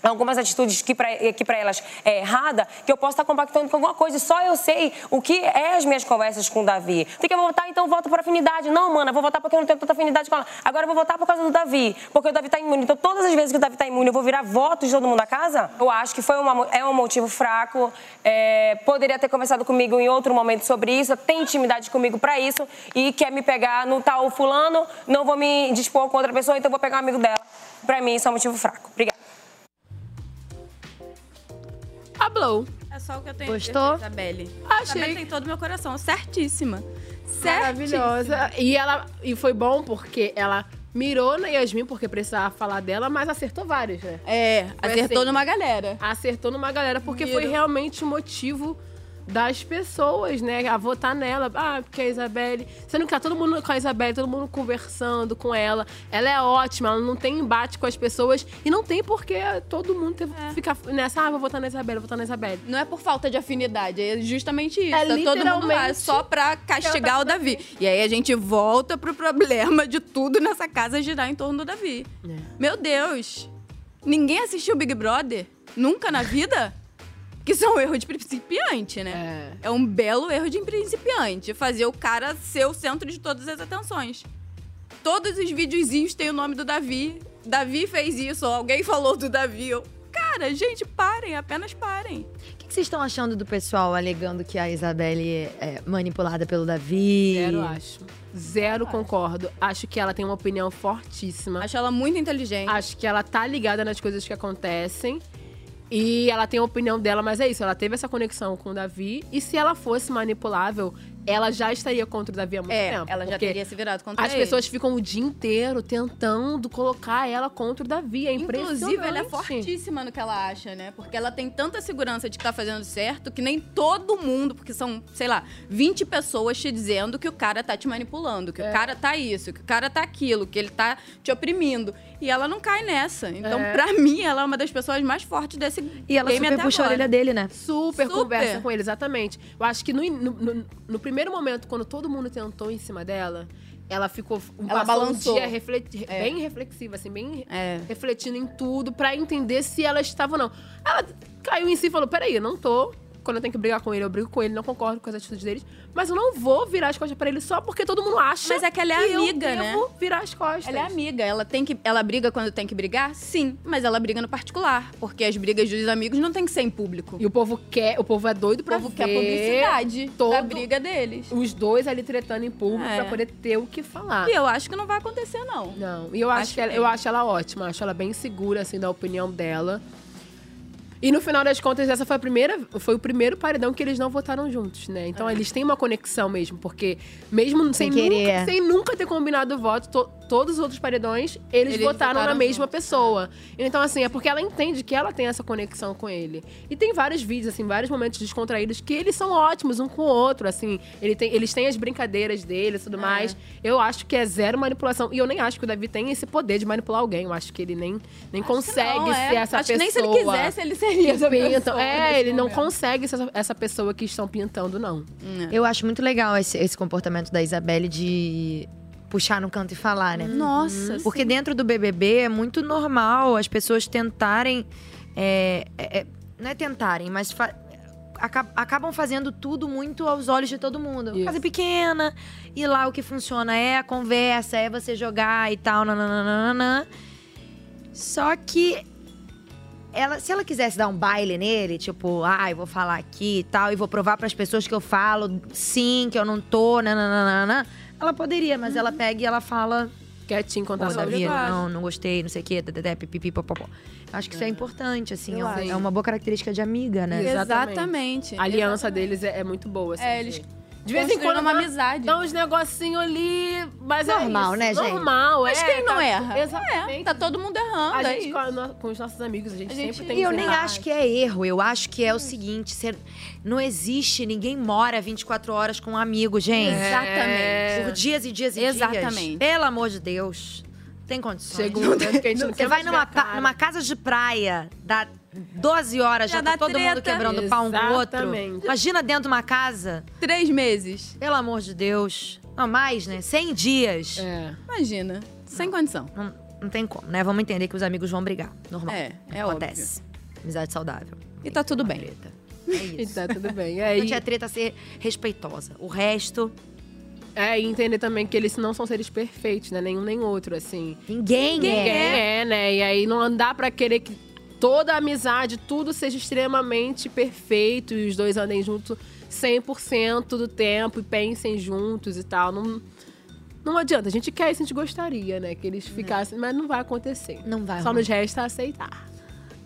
algumas atitudes que para que pra elas é errada, que eu posso estar compactando com alguma coisa, e só eu sei o que é as minhas conversas com o Davi. Tem que votar, então voto por afinidade. Não, mana, vou votar porque eu não tenho tanta afinidade com ela. Agora eu vou votar por causa do Davi, porque o Davi tá imune. Então todas as vezes que o Davi tá imune, eu vou virar voto de todo mundo da casa? Eu acho que foi uma, é um motivo fraco, é, poderia ter conversado comigo em outro momento sobre isso, tem intimidade comigo pra isso e quer me pegar no tal fulano, não vou me dispor com outra pessoa, então eu vou pegar um amigo dela. Pra mim, isso é um motivo fraco. Obrigada.
A Blow.
É só o que eu tenho
Gostou?
a Isabelle.
Achei.
Isabelle tem todo o meu coração. Certíssima. Certíssima.
Maravilhosa. E ela e foi bom porque ela mirou na Yasmin porque precisava falar dela, mas acertou vários, né?
É,
Foi
acertou
assim.
numa galera.
Acertou numa galera porque foi
Mirou.
realmente o motivo das pessoas, né? A votar nela. Ah, porque a Isabelle. Sendo que tá todo mundo com a Isabelle, todo mundo conversando com ela. Ela é ótima, ela não tem embate com as pessoas. E não tem porque todo mundo teve que ficar nessa. Ah, vou votar na Isabelle, vou votar na Isabelle.
É. Não é por falta de afinidade, é justamente isso.
É
Tá todo mundo lá, é
literalmente tá
só pra castigar o Davi. E aí a gente volta pro problema de tudo nessa casa girar em torno do Davi. Meu Deus! Ninguém assistiu Big Brother? Nunca na vida? Que isso é um erro de principiante, né? É. um belo erro de principiante. Fazer o cara ser o centro de todas as atenções. Todos os videozinhos têm o nome do Davi. Davi fez isso, ou alguém falou do Davi. Eu, cara, gente, parem, apenas parem.
O que que vocês estão achando do pessoal alegando que a Isabelle é manipulada pelo Davi?
Zero, acho. Zero concordo. Acho que ela tem uma opinião fortíssima.
Acho ela muito inteligente.
Acho que ela tá ligada nas coisas que acontecem. E ela tem a opinião dela, mas é isso. Ela teve essa conexão com o Davi. E se ela fosse manipulável, ela já estaria contra o Davi há muito
É,
tempo.
ela já
porque
teria se virado contra
As
ele.
pessoas ficam o dia inteiro tentando colocar ela contra o Davi. É impressionante.
Inclusive, ela é fortíssima no que ela acha, né? Porque ela tem tanta segurança de que tá fazendo certo que nem todo mundo, porque são, sei lá, 20 pessoas te dizendo que o cara tá te manipulando,
É.
que o cara tá isso, que o cara tá aquilo, que ele tá te oprimindo. E ela não cai nessa. Então,
É.
pra mim, ela é uma das pessoas mais fortes desse
E ela
game
super
até
puxa a
agora.
orelha dele, né?
Super,
Super.
conversa com ele, exatamente. Eu acho que no, in- no- no- no primeiro momento, quando todo mundo tentou em cima dela, ela ficou.
Ela
passou
balançou.
Um dia refleti-
É.
bem reflexiva, assim, bem
É.
refletindo em tudo pra entender se ela estava ou não. Ela caiu em si e falou: peraí, eu não tô. Quando eu tenho que brigar com ele, eu brigo com ele, não concordo com as atitudes deles. Mas eu não vou virar as costas pra ele só porque todo mundo acha.
Mas é que ela é
eu
amiga, né?
devo virar as costas.
Ela é amiga, ela tem que. Ela briga quando tem que brigar? Sim, mas ela briga no particular. Porque as brigas dos amigos não tem que ser em público.
E o povo quer, o povo é doido
o
pra
povo
ver
quer publicidade da
todo-
briga deles.
os dois ali tretando em público
É.
pra poder ter o que falar.
E eu acho que não vai acontecer, não.
Não, e eu acho,
Acho é.
que ela,
bem.
eu acho ela ótima, acho ela bem segura, assim, da opinião dela. E no final das contas, essa foi a primeira, foi o primeiro paredão que eles não votaram juntos, né? Então eles têm uma conexão mesmo, porque mesmo sem,
querer,
nunca,
é.
sem nunca ter combinado o voto, to- todos os outros paredões, eles,
Eles
votaram, na
votaram
mesma
juntos,
pessoa. Então, assim, é porque ela entende que ela tem essa conexão com ele. E tem vários vídeos, assim, vários momentos descontraídos que eles são ótimos um com o outro, assim. Ele tem, eles têm as brincadeiras dele e
É.
tudo mais. Eu acho que é zero manipulação. E eu nem acho que o Davi tem esse poder de manipular alguém. Eu acho que ele nem, nem consegue
Não, é.
ser essa
acho
pessoa.
que nem se ele quisesse, ele seria essa
que pintam.
pessoa
É,
nesse
ele não
momento.
consegue ser essa- essa pessoa que estão pintando, não.
Eu acho muito legal esse, esse comportamento da Isabelle de puxar no canto e falar, né?
Nossa.
Porque dentro do BBB é muito normal as pessoas tentarem. é, é, é, não é tentarem, mas fa- aca- acabam fazendo tudo muito aos olhos de todo mundo.
Isso.
Casa é pequena, e lá o que funciona é a conversa, é você jogar e tal, nananana. Só que. Ela, se ela quisesse dar um baile nele, tipo, ah, eu vou falar aqui e tal, e vou provar pras pessoas que eu falo sim, que eu não tô, nananana, ela poderia, mas ela pega e ela fala,
Quietinho contra
Pô,
a
Davi,
acho.
não, não gostei, não sei o quê, dedé, pipipi, popopó. Acho que isso é importante, assim, é,
Eu
um-
acho.
é uma boa característica de amiga, né?
Exatamente.
A aliança deles é, é muito boa, assim.
É, eles
de- De vez em quando
uma
dá-
amizade.
Dá uns negocinhos ali, mas é
Normal,
isso.
né, gente?
Normal,
Mas
é.
quem não
tá-
erra?
Exatamente.
É, tá todo mundo
a
errando.
gente,
aí.
com, a no- com os nossos amigos, a gente,
A gente-
sempre tem
E eu nem
errar.
acho que é erro, eu acho que é o seguinte: você- não existe, ninguém mora 24 horas com um amigo, gente.
É.
Exatamente.
Por dias e dias e dias.
Exatamente.
Pelo amor de Deus. Não Tem condições.
Chega um momento que a gente não
Você
quer
vai
mais ver
numa,
a
pa-
cara.
numa casa de praia, dá 12 horas, já,
Já
tá
dá
todo mundo
treta.
quebrando pau um com o outro.
Exatamente.
Imagina dentro de uma casa,
Três meses.
pelo amor de Deus. Não, mais, né? 100 dias.
É.
Imagina. Sem condição.
Não, não tem como, né? Vamos entender que os amigos vão brigar. Normal.
É, é
Acontece. Amizade saudável.
E tá tudo bem.
Treta. É
E
isso.
tá tudo bem. É,
Não
e,
tinha treta ser respeitosa. O resto,
é, e entender também que eles não são seres perfeitos, né? Nenhum nem outro, assim.
ninguém,
Ninguém
é.
é, né? E aí não dá pra querer que toda a amizade, tudo seja extremamente perfeito e os dois andem juntos 100% do tempo e pensem juntos e tal. Não, não adianta. A gente quer isso, a gente gostaria, né? Que eles ficassem, mas não vai acontecer.
É. Não vai
Só
rolar.
nos resta aceitar.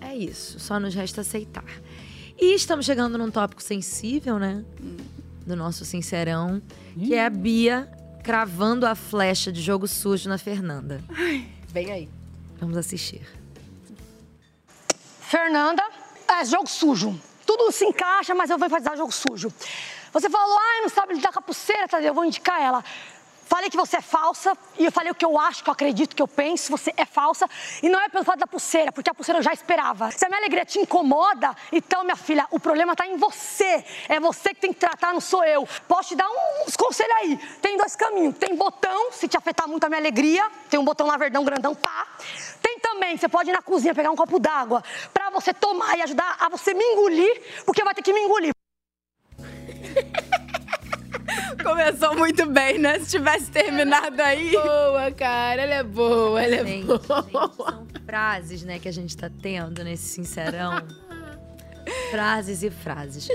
É isso. Só nos resta aceitar. E estamos chegando num tópico sensível, né? Do nosso sincerão, que é a Bia cravando a flecha de jogo sujo na Fernanda.
Vem aí.
Vamos assistir.
Fernanda, é jogo sujo. Tudo se encaixa, mas eu vou enfatizar jogo sujo. Você falou, ah, não sabe lidar com a pulseira, Tadeu, eu vou indicar ela. Falei que você é falsa e eu falei o que eu acho, que eu acredito, que eu penso, você é falsa. E não é pelo fato da pulseira, porque a pulseira eu já esperava. Se a minha alegria te incomoda, então, minha filha, o problema tá em você. É você que tem que tratar, não sou eu. Posso te dar um- uns conselhos aí. Tem dois caminhos. Tem botão, se te afetar muito a minha alegria. Tem um botão lá verdão, grandão, pá. Tem também, você pode ir na cozinha pegar um copo d'água pra você tomar e ajudar a você me engolir, porque vai ter que me engolir.
Começou muito bem, né? Se tivesse terminado aí.
é Boa, cara. Ela é boa, ela é
Gente,
boa.
gente, são frases, né, que a gente tá tendo nesse sincerão. frases e frases.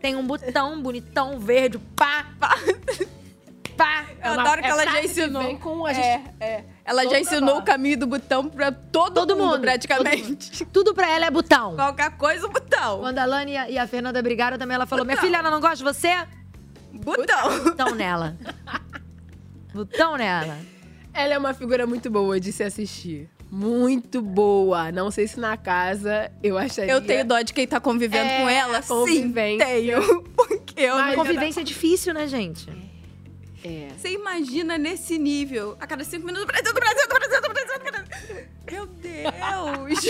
Tem um botão bonitão verde, pá, pá. Pá.
Eu
uma-
adoro que
é
ela já
frase que
ensinou.
vem com a gente-
é, é. Ela já
Todo
ensinou
trabalho.
o caminho do botão pra todo,
Todo
mundo,
mundo,
praticamente.
Tudo pra ela é botão.
Qualquer coisa, o botão.
Quando a Lani e a- e a Fernanda brigaram também, ela falou: Minha filha, ela não gosta de você?
Botão.
Botão né? nela. Botão nela.
Ela é uma figura muito boa de se assistir. Muito boa. Não sei se na casa eu acharia.
Eu tenho dó de quem tá convivendo
É,
com ela. Sim,
convivência.
tenho. Porque eu
Mas-
não
Convivência é difícil, né, gente?
É.
Você imagina nesse nível, a cada cinco minutos, Brasil, Brasil, Brasil, Brasil, Brasil. Meu Deus!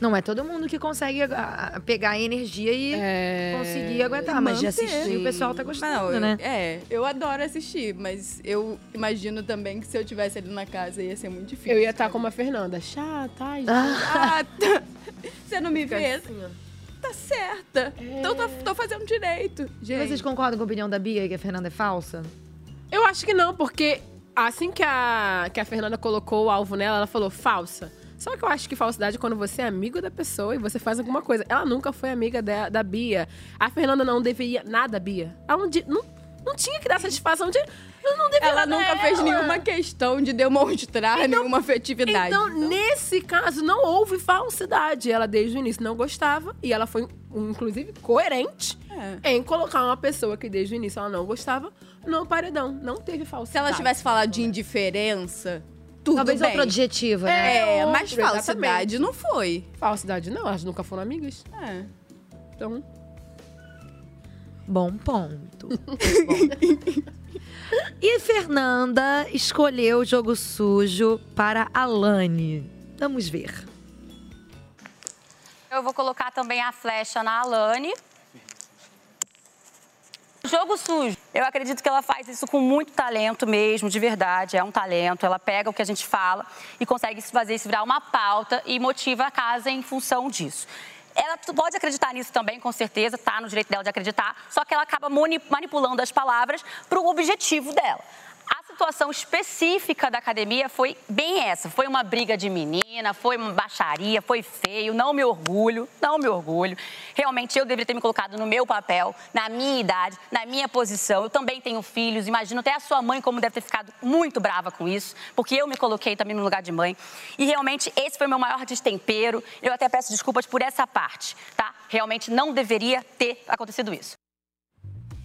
Não é todo mundo que consegue ah, pegar a energia e
É.
conseguir aguentar.
Ah,
Mas de
manter.
assistir, o pessoal tá
Não,
gostando,
eu-
né?
É, eu adoro assistir, mas eu imagino também que se eu tivesse ali na casa ia ser muito difícil.
Eu ia estar como a Fernanda. Chata, ai,
Ah, tá. Você não me
fica
vê?
assim, ó.
Tá certa. Então tá, tô fazendo direito. Gente.
Vocês concordam com a opinião da Bia que a Fernanda é falsa?
Eu acho que não, porque assim que a, que a Fernanda colocou o alvo nela, ela falou falsa. Só que eu acho que falsidade é quando você é amigo da pessoa e você faz alguma coisa. Ela nunca foi amiga da, da Bia. A Fernanda não deveria nada à Bia. Ela não, di- não, não tinha que dar satisfação de. Não, não devia
Ela
nada a
nunca fez
ela.
nenhuma questão de demonstrar nenhuma afetividade.
Então, nesse caso, não houve falsidade. Ela, desde o início, não gostava. E ela foi, um, inclusive, coerente
É.
em colocar uma pessoa que, desde o início, ela não gostava no paredão. Não teve falsidade.
Se ela tivesse falado de indiferença, tudo
Tá. Talvez
bem.
outro adjetivo, né?
É,
outro,
mas falsidade
exatamente.
não foi.
Falsidade não, elas nunca foram amigas.
É.
Então,
Bom ponto. Bom. e Fernanda escolheu o jogo sujo para Alane. Vamos ver.
Eu vou colocar também a flecha na Alane. Jogo sujo. Eu acredito que ela faz isso com muito talento mesmo, de verdade. É um talento. Ela pega o que a gente fala e consegue fazer isso virar uma pauta e motiva a casa em função disso. Ela tu- pode acreditar nisso também, com certeza, tá no direito dela de acreditar, só que ela acaba moni- manipulando as palavras para o objetivo dela. A situação específica da academia foi bem essa. Foi uma briga de menina, foi uma baixaria, foi feio, não me orgulho, não me orgulho. Realmente eu deveria ter me colocado no meu papel, na minha idade, na minha posição. Eu também tenho filhos, imagino até a sua mãe como deve ter ficado muito brava com isso, porque eu me coloquei também no lugar de mãe. E realmente esse foi o meu maior destempero. Eu até peço desculpas por essa parte, tá? Realmente não deveria ter acontecido isso.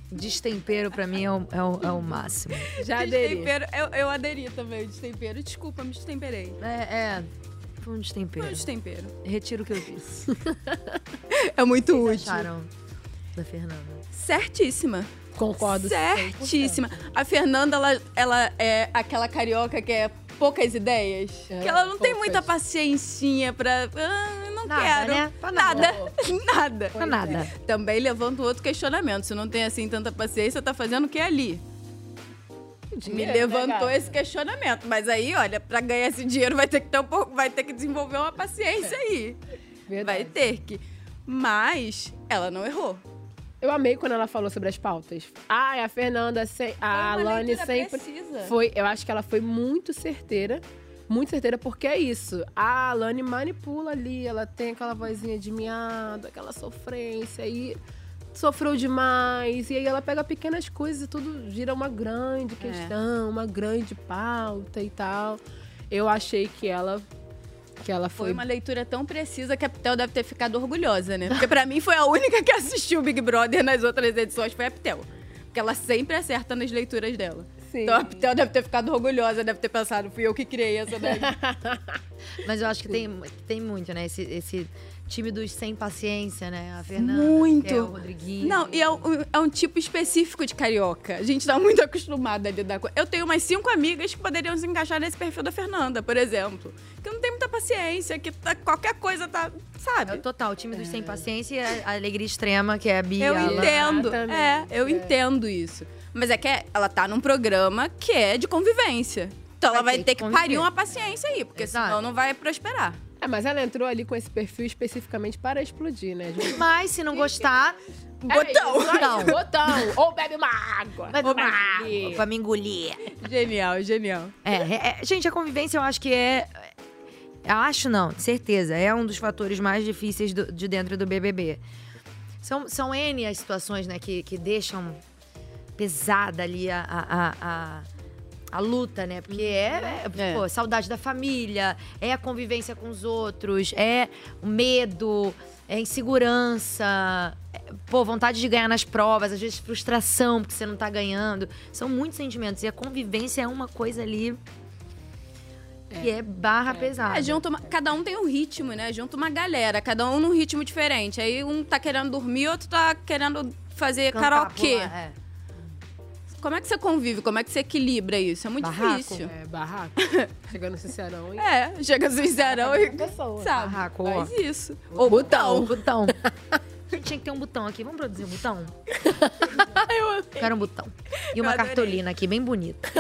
Destempero pra mim é o, é o- é o máximo.
já aderi.
Destempero, eu, eu aderi também ao destempero. Desculpa, me destemperei.
É, é. Foi um destempero.
Foi um destempero.
Retiro o que eu disse.
É muito
Vocês
útil.
acharam da Fernanda?
Certíssima.
Concordo.
Certíssima. A Fernanda, ela, ela é aquela carioca que é poucas ideias.
É,
que ela não tem
poucas.
muita paciência pra. Ah, não
Nada,
quero.
né? Pra nada.
Nada. Nada.
Pra nada.
Também levanta outro questionamento. Se não tem assim tanta paciência, tá fazendo o que ali? Me
Dinheiro, né,
levantou
gata?
esse questionamento. Mas aí, olha, pra ganhar esse dinheiro vai ter que ter um pouco, vai ter que desenvolver uma paciência aí.
Verdade.
Vai ter que. Mas ela não errou.
Eu amei quando ela falou sobre as pautas. Ai, a Fernanda, se- a
Foi uma
Alane
leitura
sempre.
precisa.
Foi, eu acho que ela foi muito certeira. Muito certeira, porque é isso. A Alane manipula ali, ela tem aquela vozinha de miado, aquela sofrência, e sofreu demais. E aí ela pega pequenas coisas e tudo gira uma grande
É.
questão, uma grande pauta e tal. Eu achei que ela. Que ela
Foi
foi
uma leitura tão precisa que a Pitel deve ter ficado orgulhosa, né? Porque pra mim foi a única que assistiu o Big Brother nas outras edições, foi a Pitel. Porque ela sempre acerta nas leituras dela.
Sim.
Então a Pitel deve ter ficado orgulhosa, deve ter pensado, fui eu que criei essa daí.
Mas eu acho que tem, tem muito, né? Esse, esse time dos sem paciência, né? A Fernanda,
Muito.
Theo, o Rodriguinho.
Não, e é um, é um tipo específico de carioca. A gente tá muito acostumada a lidar com. Eu tenho umas cinco amigas que poderiam se encaixar nesse perfil da Fernanda, por exemplo. Que não tem muita paciência, que tá- qualquer coisa tá.
É o
Sabe?
total, o time dos sem paciência e a a alegria extrema, que é a Bia.
Eu
a Alane.
entendo. É,
né?
Exatamente,
eu
é.
entendo isso. Mas é que é- ela tá num programa que é de convivência. Então
Vai
ela vai
ter
ter,
que
que, parir
conviver.
uma paciência aí, porque
Exato.
senão não vai prosperar.
É, mas ela entrou ali com esse perfil especificamente para explodir, né? gente? É
Mas se não gostar,
Botão!
isso aí, botão! Ou bebe uma água!
É vai
ou
tomar
bebe.
água pra me engolir.
genial, genial.
É, é- é- gente, a convivência eu acho que é. Eu acho não, de certeza. É um dos fatores mais difíceis do- de dentro do BBB. São, são N as situações, né, que, que deixam pesada ali a, a, a, a- a luta, né? Porque é, é,
Uhum.
É.
pô, saudade da família, é a convivência com os outros, é o medo, é a insegurança. É- pô, vontade de ganhar nas provas, às vezes frustração porque você não tá ganhando. São muitos sentimentos. E a convivência é uma coisa ali que é barra pesada.
É, junto uma- cada um tem um ritmo, né? Junto uma galera, cada um num ritmo diferente. Aí um tá querendo dormir, outro tá querendo fazer
Cantar,
karaokê.
pular, é.
Como é que você convive? Como é que você equilibra isso? É muito difícil.
É, barraco. Chegando no Sincerão e...
É, chega sincerão e.
Pessoa.
Sabe?
Barraco, ó.
Faz isso.
Ou
botão.
Botão. Gente, tinha que ter um botão aqui. Vamos produzir um botão? Eu quero um botão. E uma cartolina aqui, bem bonita.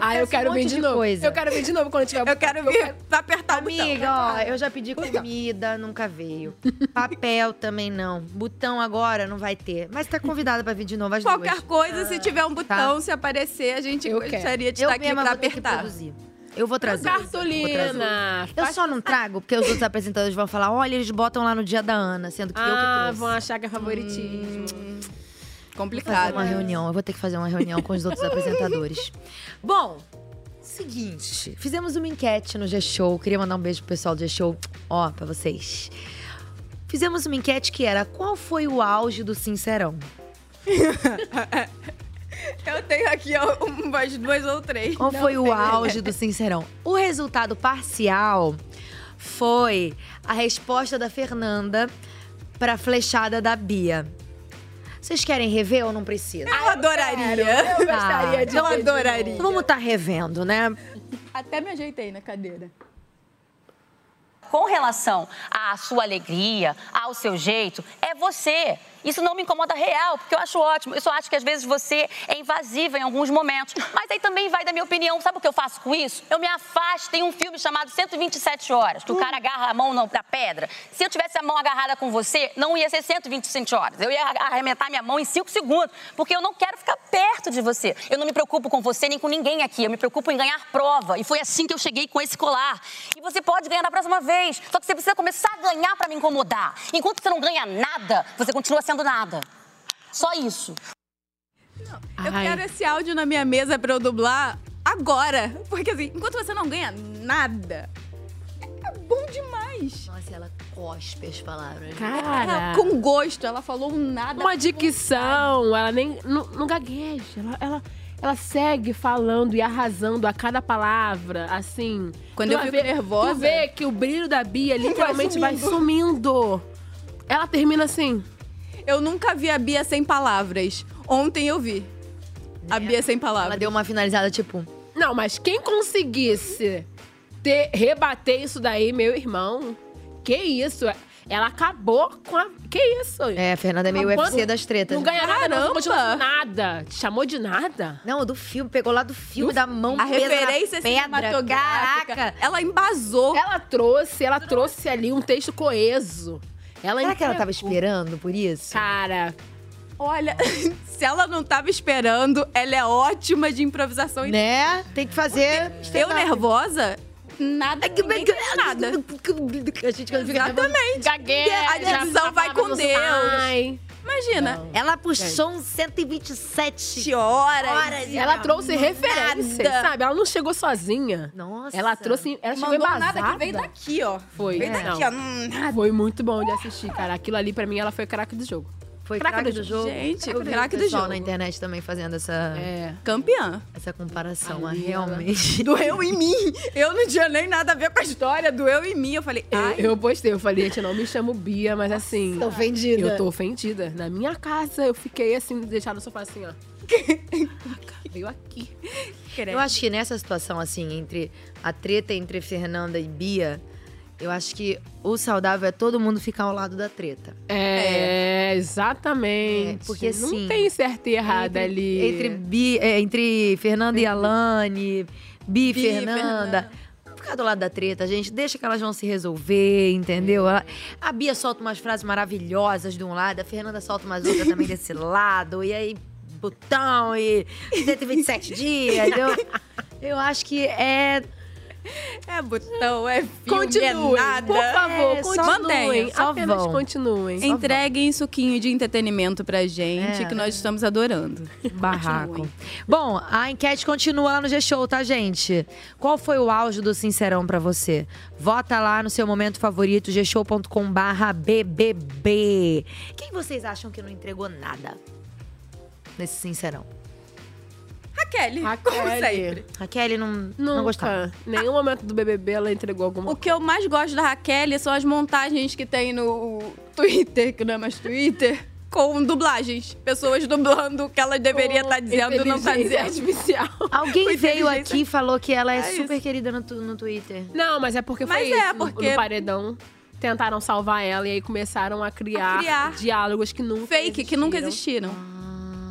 Ah, eu
Esse
quero
um monte
vir de,
de
novo.
coisa.
Eu quero vir de novo quando tiver. Eu quero vir
pra apertar
Amiga, ó, eu já pedi comida, nunca veio. Papel também não. Botão agora não vai ter. Mas tá convidada pra vir de novo às
Qualquer
duas.
coisa, se tiver um botão,
Tá.
se aparecer, a gente
Eu
gostaria
quero.
de
Eu
estar aqui
mesma
pra
vou ter que
apertar.
produzir. Eu vou trazer.
Cartolina,
Vou trazer. Eu só não trago porque os outros apresentadores vão falar: olha, eles botam lá no dia da Ana, sendo que eu que
Ah,
trouxe.
vão achar que é favoritismo.
Vou fazer
Complicado.
uma reunião. Eu vou ter que fazer uma reunião com os outros apresentadores. Bom, seguinte. Fizemos uma enquete no G-Show. Queria mandar um beijo pro pessoal do G-Show. Ó, pra vocês. Fizemos uma enquete que era qual foi o auge do Sincerão?
Eu tenho aqui ó, umas duas ou três.
Qual
Não
foi o
sei.
auge do Sincerão? O resultado parcial foi a resposta da Fernanda pra flechada da Bia. Vocês querem rever ou não precisa?
Eu adoraria. Ah, Eu gostaria de
eu
ver de
adoraria.
novo.
Vamos estar revendo, né?
Até me ajeitei na cadeira.
Com relação à sua alegria, ao seu jeito, é você. Isso não me incomoda real, porque eu acho ótimo. Eu só acho que às vezes você é invasiva em alguns momentos. Mas aí também vai da minha opinião. Sabe o que eu faço com isso? Eu me afasto. Tem um filme chamado 127 Horas, que o cara agarra a mão na na pedra. Se eu tivesse a mão agarrada com você, não ia ser 127 horas. Eu ia arrebentar minha mão em 5 segundos, porque eu não quero ficar perto de você. Eu não me preocupo com você nem com ninguém aqui. Eu me preocupo em ganhar prova. E foi assim que eu cheguei com esse colar. E você pode ganhar da próxima vez. Só que você precisa começar a ganhar pra me incomodar. Enquanto você não ganha nada, você continua sendo nada. Só isso.
Eu quero esse áudio na minha mesa pra eu dublar agora. Porque assim, enquanto você não ganha nada, é bom demais.
Nossa, ela cospe as palavras.
Cara.
Com gosto, ela falou um nada.
Uma dicção, ela nem. Não, não gagueja. Ela, ela, ela segue falando e arrasando a cada palavra, assim.
Quando
Tu
eu
vai
fico
ver-
nervosa-
Tu vê que o brilho da Bia É, literalmente vai sumindo. Ela termina assim.
Eu nunca vi a Bia sem palavras. Ontem eu vi. A Bia sem palavras.
Ela deu uma finalizada, tipo.
Não, mas quem conseguisse ter, rebater isso daí, meu irmão, que isso? Ela acabou com a. Que isso?
É, a Fernanda é meio
Acabou-
UFC das tretas.
Não
né?
ganha nada, não. Não chamou de nada. Te chamou de nada?
Não, do filme, pegou lá do filme, da mão
A
presa na
referência
pedra.
cinematográfica.
Caraca!
Ela embasou.
Ela trouxe, ela trouxe ali um texto coeso. Ela
Será que ela tava
entregou.
esperando por isso?
Cara,
Olha, se ela não tava esperando, ela é ótima de improvisação. e
Né? Tem que fazer.
Eu nervosa? Nada. ninguém entende nada.
A gente quando fica nervosa-
Exatamente.
gagueja.
A decisão vai com
palavra não
Deus.
sai.
Imagina.
Ela puxou um 127.
Sete horas.
Horas,
Ela trouxe referências,
Nada.
sabe? Ela não chegou sozinha.
Nossa.
Ela trouxe, ela chegou
Mandou
embasada.
nada que veio daqui, ó.
Foi.
Veio
É.
daqui, ó. Hum, Nada.
Foi muito bom de assistir, cara. Aquilo ali, pra mim, ela foi craque do jogo.
Foi craque do jogo.
Gente,
Eu vi
craque
o
do
pessoal
jogo.
na internet também fazendo essa,
É.
Campeã.
essa comparação.
Ali,
ah, realmente.
Doeu em mim. Eu não tinha nem nada a ver com a história. Doeu em mim. Eu falei, ai.
Eu, eu postei, eu falei, gente, eu não me chamo Bia, mas assim.
Tô ofendida.
Eu tô ofendida. Na minha casa, eu fiquei assim, deixada no sofá assim, ó. Veio aqui.
Eu acho que nessa situação, assim, entre a treta entre Fernanda e Bia, eu acho que o saudável é todo mundo ficar ao lado da treta.
É, exatamente.
É, porque
não
assim,
tem certo e errado ali.
Entre, Bi- é, entre Fernanda e Alane, Bi e Fernanda. Vamos Ficar do lado da treta, gente. Deixa que elas vão se resolver, entendeu?
É.
Ela- A Bia solta umas frases maravilhosas de um lado, a Fernanda solta umas outras também desse lado. E aí, botão e 127 dias, entendeu? Eu acho que é
É botão, é filme,
Continuem,
é nada.
por favor,
É, só
continuem,
mantenham, só
apenas
vão.
continuem, só
Então, Entreguem suquinho de entretenimento pra gente,
É.
que nós estamos adorando.
Barraco. Bom, a enquete continua lá no G-Show, tá, gente? Qual foi o auge do Sincerão pra você? Vota lá no seu momento favorito, gshow.com BBB. Quem vocês acham que não entregou nada nesse Sincerão?
Raquel,
como sempre.
Raquel não,
não
gostava.
Nenhum momento do BBB ela entregou alguma
O que eu mais gosto da Raquel são as montagens que tem no Twitter, que não é mais Twitter, com dublagens. Pessoas dublando o que elas deveriam estar dizendo, não tá dizendo.
inteligência artificial.
Alguém veio
inteligência-
aqui e falou que ela é,
É
super querida no, tu- no Twitter.
Não, mas é porque foi
Mas
isso.
é,
No-
porque-
No paredão, tentaram salvar ela e aí começaram a criar,
A criar.
diálogos que nunca Fake,
que nunca existiram.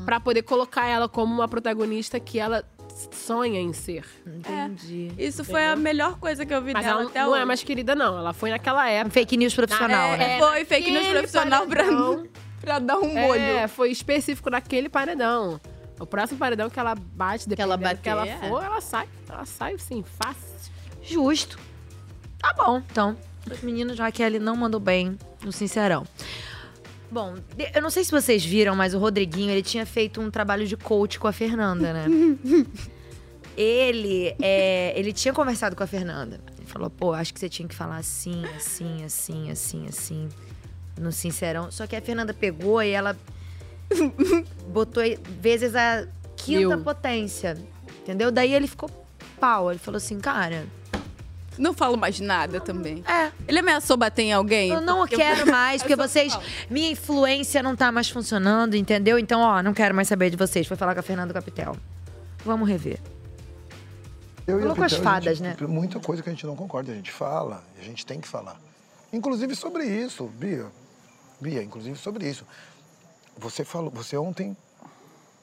Pra poder colocar ela como uma protagonista que ela sonha em ser. É,
Entendi.
Isso foi a melhor coisa que eu vi
Mas
dela
ela não
até
não
hoje.
é mais querida, não. Ela foi naquela época.
Fake news profissional,
Na-
né?
Foi fake news
naquele
profissional pra-
paredão.
pra dar um
É,
molho.
foi específico naquele paredão. O próximo paredão que ela bate, depois que ela, que ela
bater, é.
for, ela sai. Ela sai, sim, fácil.
Justo. Tá bom, então. Os meninos, Raquel não mandou bem no Sincerão. Bom, de- eu não sei se vocês viram, mas o Rodriguinho, ele tinha feito um trabalho de coach com a Fernanda, né? ele, é, ele tinha conversado com a Fernanda. Ele falou, pô, acho que você tinha que falar assim, assim, assim, assim, assim. No Sincerão. Só que a Fernanda pegou e ela botou vezes a quinta
Mil.
potência. Entendeu? Daí ele ficou pau. Ele falou assim, cara,
Não falo mais nada também.
É.
Ele ameaçou bater em alguém?
Eu não quero mais, porque vocês. Minha influência não tá mais funcionando, entendeu? Então, ó, não quero mais saber de vocês. Foi falar com a Fernanda Capitel. Vamos rever.
Eu e a
Colocou as
Pitel,
fadas, né?
a gente- Muita coisa que a gente não concorda, a gente fala, a gente tem que falar. Inclusive sobre isso, Bia. Bia, inclusive sobre isso. Você falou, você ontem.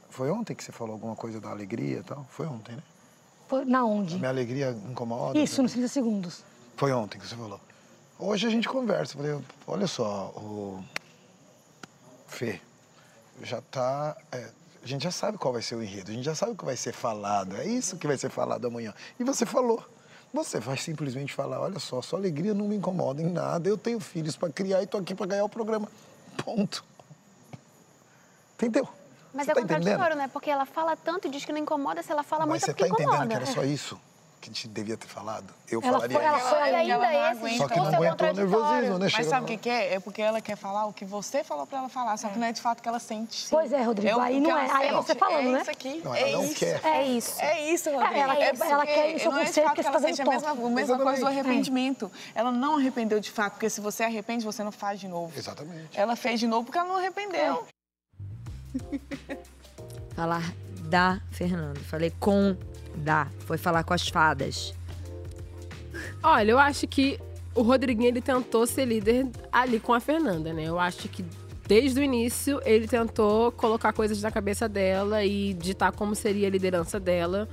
Foi ontem que você falou alguma coisa da alegria e tal? Foi ontem, né?
Foi na onde?
Minha alegria incomoda.
Isso, nos 30 segundos.
Foi ontem que você falou. Hoje a gente conversa. Eu Falei, olha só, o Fê, já tá. é, a gente já sabe qual vai ser o enredo, a gente já sabe o que vai ser falado. É isso que vai ser falado amanhã. E você falou. Você vai simplesmente falar, olha só, sua alegria não me incomoda em nada. Eu tenho filhos para criar e tô aqui para ganhar o programa. Ponto. Entendeu?
Mas
Você
é
tá
contraditório,
entendendo?
né? Porque ela fala tanto e diz que não incomoda. Se ela fala
Mas
muito, é
você
porque
tá entendendo
incomoda.
que era só isso que te devia ter falado? Eu
Ela
falaria
foi- ela
isso.
foi ainda esse então,
Só que não aguentou o nervosismo, né?
é Mas
Chegou
sabe o
na-
que, que é? É porque ela quer falar o que você falou pra ela falar, só que não é de fato o que ela sente.
Pois é, Rodrigo,
o
aí
que
não
ela
é. Aí é você
sente,
falando,
é
né?
Isso aqui,
Não, ela
é
não
isso.
quer. É isso.
É isso,
É,
Rodrigo.
ela
É
quer-
isso
ela quer
que-
isso, eu
não é de
conceito,
fato
porque
que
você
ela
tá
sente a
fazendo
mesma, a
torto.
mesma coisa do
Exatamente.
arrependimento. Ela não arrependeu de fato, porque se você arrepende, você não faz de novo.
Exatamente.
Ela fez de novo porque ela não arrependeu.
Falar da Fernanda. Falei com da. Foi falar com as fadas.
Olha, eu acho que o Rodriguinho ele tentou ser líder ali com a Fernanda, né? Eu acho que desde o início ele tentou colocar coisas na cabeça dela e ditar como seria a liderança dela.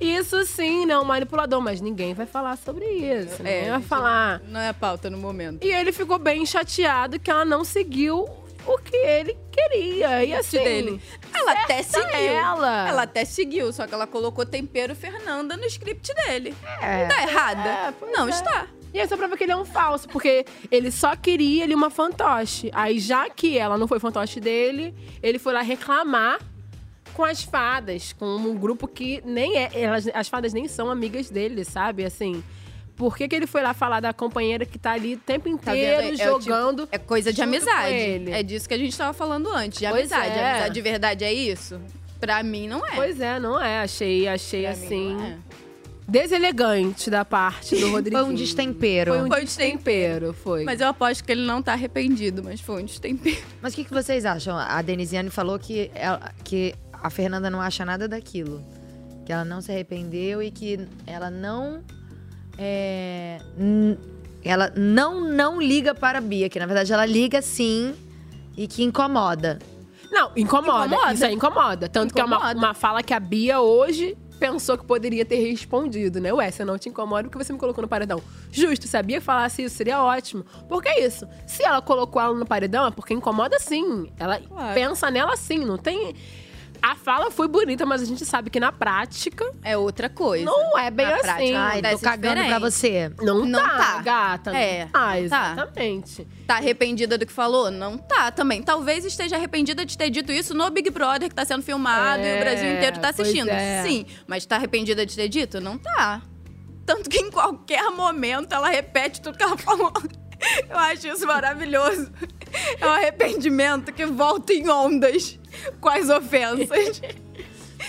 Isso sim, não é um manipulador, mas ninguém vai falar sobre isso. Ninguém vai falar.
É, Não é a pauta no momento.
E ele ficou bem chateado que ela não seguiu o que ele queria. E assim,
dele. Ela até
certa é
seguiu.
Ela.
Ela até seguiu, só que ela colocou tempero Fernanda no script dele.
É.
Tá errada?
É, pois
não
é.
está.
E aí só prova que ele é um falso, porque ele só queria ele uma fantoche. Aí já que ela não foi fantoche dele, ele foi lá reclamar com as fadas, com um grupo que nem é, elas, as fadas nem são amigas dele, sabe? Assim, por que, que ele foi lá falar da companheira que tá ali o tempo
Tá vendo?
inteiro
É o tipo-
jogando?
é coisa de
junto com
amizade.
ele.
É disso que a gente tava falando antes, de
Pois
amizade.
é.
Amizade de verdade é isso? Pra mim, não é.
Pois é, não é. Achei, achei
Pra mim,
assim.
não é.
Deselegante da parte do Rodriguinho.
Foi um destempero.
Foi um
Foi um
destempero, foi.
Mas eu aposto que ele não tá arrependido, mas foi um destempero.
Mas o que, que vocês acham? A Denisiane falou que, ela- que a Fernanda não acha nada daquilo. Que ela não se arrependeu e que ela não. é, n- ela não, não liga para a Bia, que na verdade ela liga sim e que incomoda.
Não, incomoda.
Incomoda.
Isso aí incomoda. Tanto que é uma,
Incomoda.
uma fala que a Bia hoje pensou que poderia ter respondido, né? Ué, se eu não te incomodo, porque você me colocou no paredão? Justo, sabia que falasse isso seria ótimo. Porque é isso. Se ela colocou ela no paredão, é porque incomoda sim. Ela pensa nela sim, não tem. A fala foi bonita, mas a gente sabe que na prática.
É outra coisa.
Não é bem
Na
assim.
prática, Ai, tô acontece cagando pra tá diferente. você.
Não,
Não
tá,
tá.
gata.
É,
Ah,
tá.
exatamente.
Tá arrependida do que falou? Não tá também. Talvez esteja arrependida de ter dito isso no Big Brother que tá sendo filmado e
É,
o Brasil inteiro tá
pois
assistindo.
é.
Sim, mas tá arrependida de ter dito? Não tá. Tanto que em qualquer momento ela repete tudo que ela falou. Eu acho isso maravilhoso. É um arrependimento que volta em ondas com as ofensas.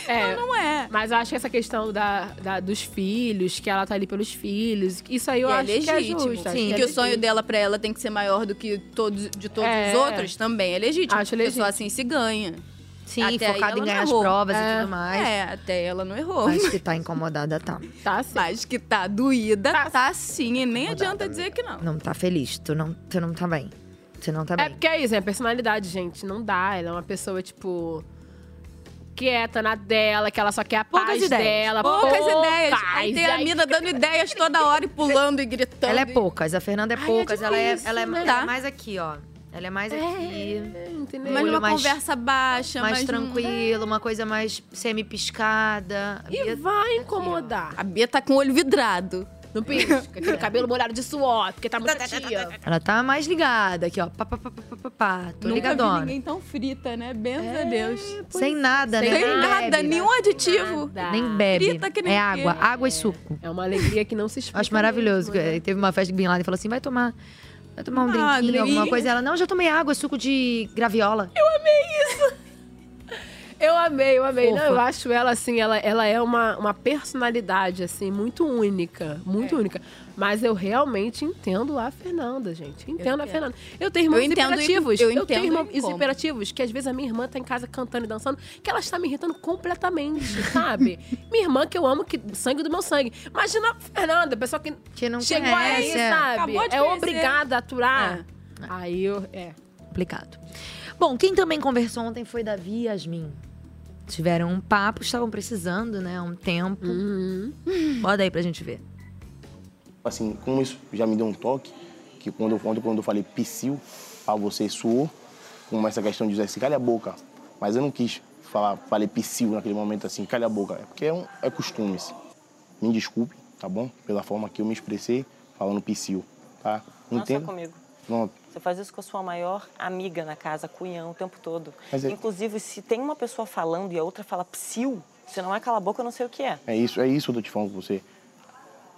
É,
não é.
Mas eu acho que essa questão da, da- dos filhos, que ela tá ali pelos filhos, isso aí eu
E
acho
é legítimo.
que é justo. acho
Sim,
é
que, o sonho
legítimo.
dela pra ela tem que ser maior do que todos, de todos
É.
os outros também é legítimo.
Acho
porque
legítimo.
Só assim se ganha.
Sim,
Até aí
focada
ela
em
não
ganhar as
errou.
provas e
É.
tudo mais.
É, até ela não errou.
Mas que tá incomodada, tá.
Tá sim.
Mas que tá doída, tá, sim. E nem adianta dizer que não.
Não tá feliz, tu não, tu não tá bem. Tu não tá
É
bem.
porque é isso, é personalidade, gente. Não dá. Ela é uma pessoa, tipo. Quieta na dela, que ela só quer a paz
Poucas ideias.
dela.
Poucas ideias.
poucas.
Aí tem a
Aí
mina dando ideias toda hora e pulando e gritando.
Ela é poucas, a Fernanda é poucas, ela, é, ela, é,
difícil, né?
ela é mais aqui, ó. Ela é mais aqui.
Mas
Olho
uma conversa baixa, um-
mais.
mas não-
tranquilo, uma coisa mais semi-piscada. A Bia- tá
vai incomodar.
A Bia tá com o olho vidrado.
No pisca, aquele cabelo molhado de suor, porque tá muito tia.
Ela tá mais ligada aqui, ó. Pá, pá, pá, pá, pá, pá, pá. Tô
Nunca vi
ligadona.
ninguém tão frita, né? Benza a Deus.
É, Sem nada,
Sem
né? Nem
nada,
bebe.
nenhum aditivo.
Nem bebe.
Frita que nem
é água,
queijo.
água e suco.
É uma alegria que não se explica. né?
Acho maravilhoso. Eh, Teve uma festa que Bin Laden falou assim: vai tomar. Vai tomar um
Ah,
brinquinho,
Adri.
alguma coisa. Ela, não, já tomei água, suco de graviola.
Eu amei isso! Eu amei, eu amei. Não,
Fofa.
eu acho ela assim, ela, ela é uma, uma personalidade, assim, muito única. Muito única. Mas eu realmente entendo a Fernanda, gente. Entendo a
entendo.
Fernanda. Eu tenho irmãos
Eu entendo e-
imperativos.
eu
tenho
entendo e
irmãos
como.
imperativos que às vezes a minha irmã tá em casa cantando e dançando, que ela está me irritando completamente, sabe? minha irmã que eu amo, que sangue do meu sangue. Imagina a Fernanda, a pessoa que,
não
chegou
conhece,
aí,
é.
sabe?
Acabou de
É
conhecer.
obrigada a aturar. Aí eu. É.
Complicado. Bom, quem também conversou ontem foi Davi e Yasmin. Tiveram um papo, estavam precisando, né? Um tempo.
Uhum.
Bota aí pra gente ver.
Assim, como isso já me deu um toque, que quando eu, quando, quando eu falei psiu, a você suou, como essa questão de dizer assim, calha a boca. Mas eu não quis falar, falei psiu naquele momento assim, calha a boca. É porque é, um, é costume. assim. Me desculpe, tá bom? Pela forma que eu me expressei falando psiu, tá? Não
Não
tem.
só comigo.
Pronto.
Você faz isso com a sua maior amiga na casa, cunhão, o tempo todo.
Mas é-
Inclusive, se tem uma pessoa falando e a outra fala psiu, se não é cala a boca, eu não sei o que é.
É isso, é isso que eu tô te falando com você.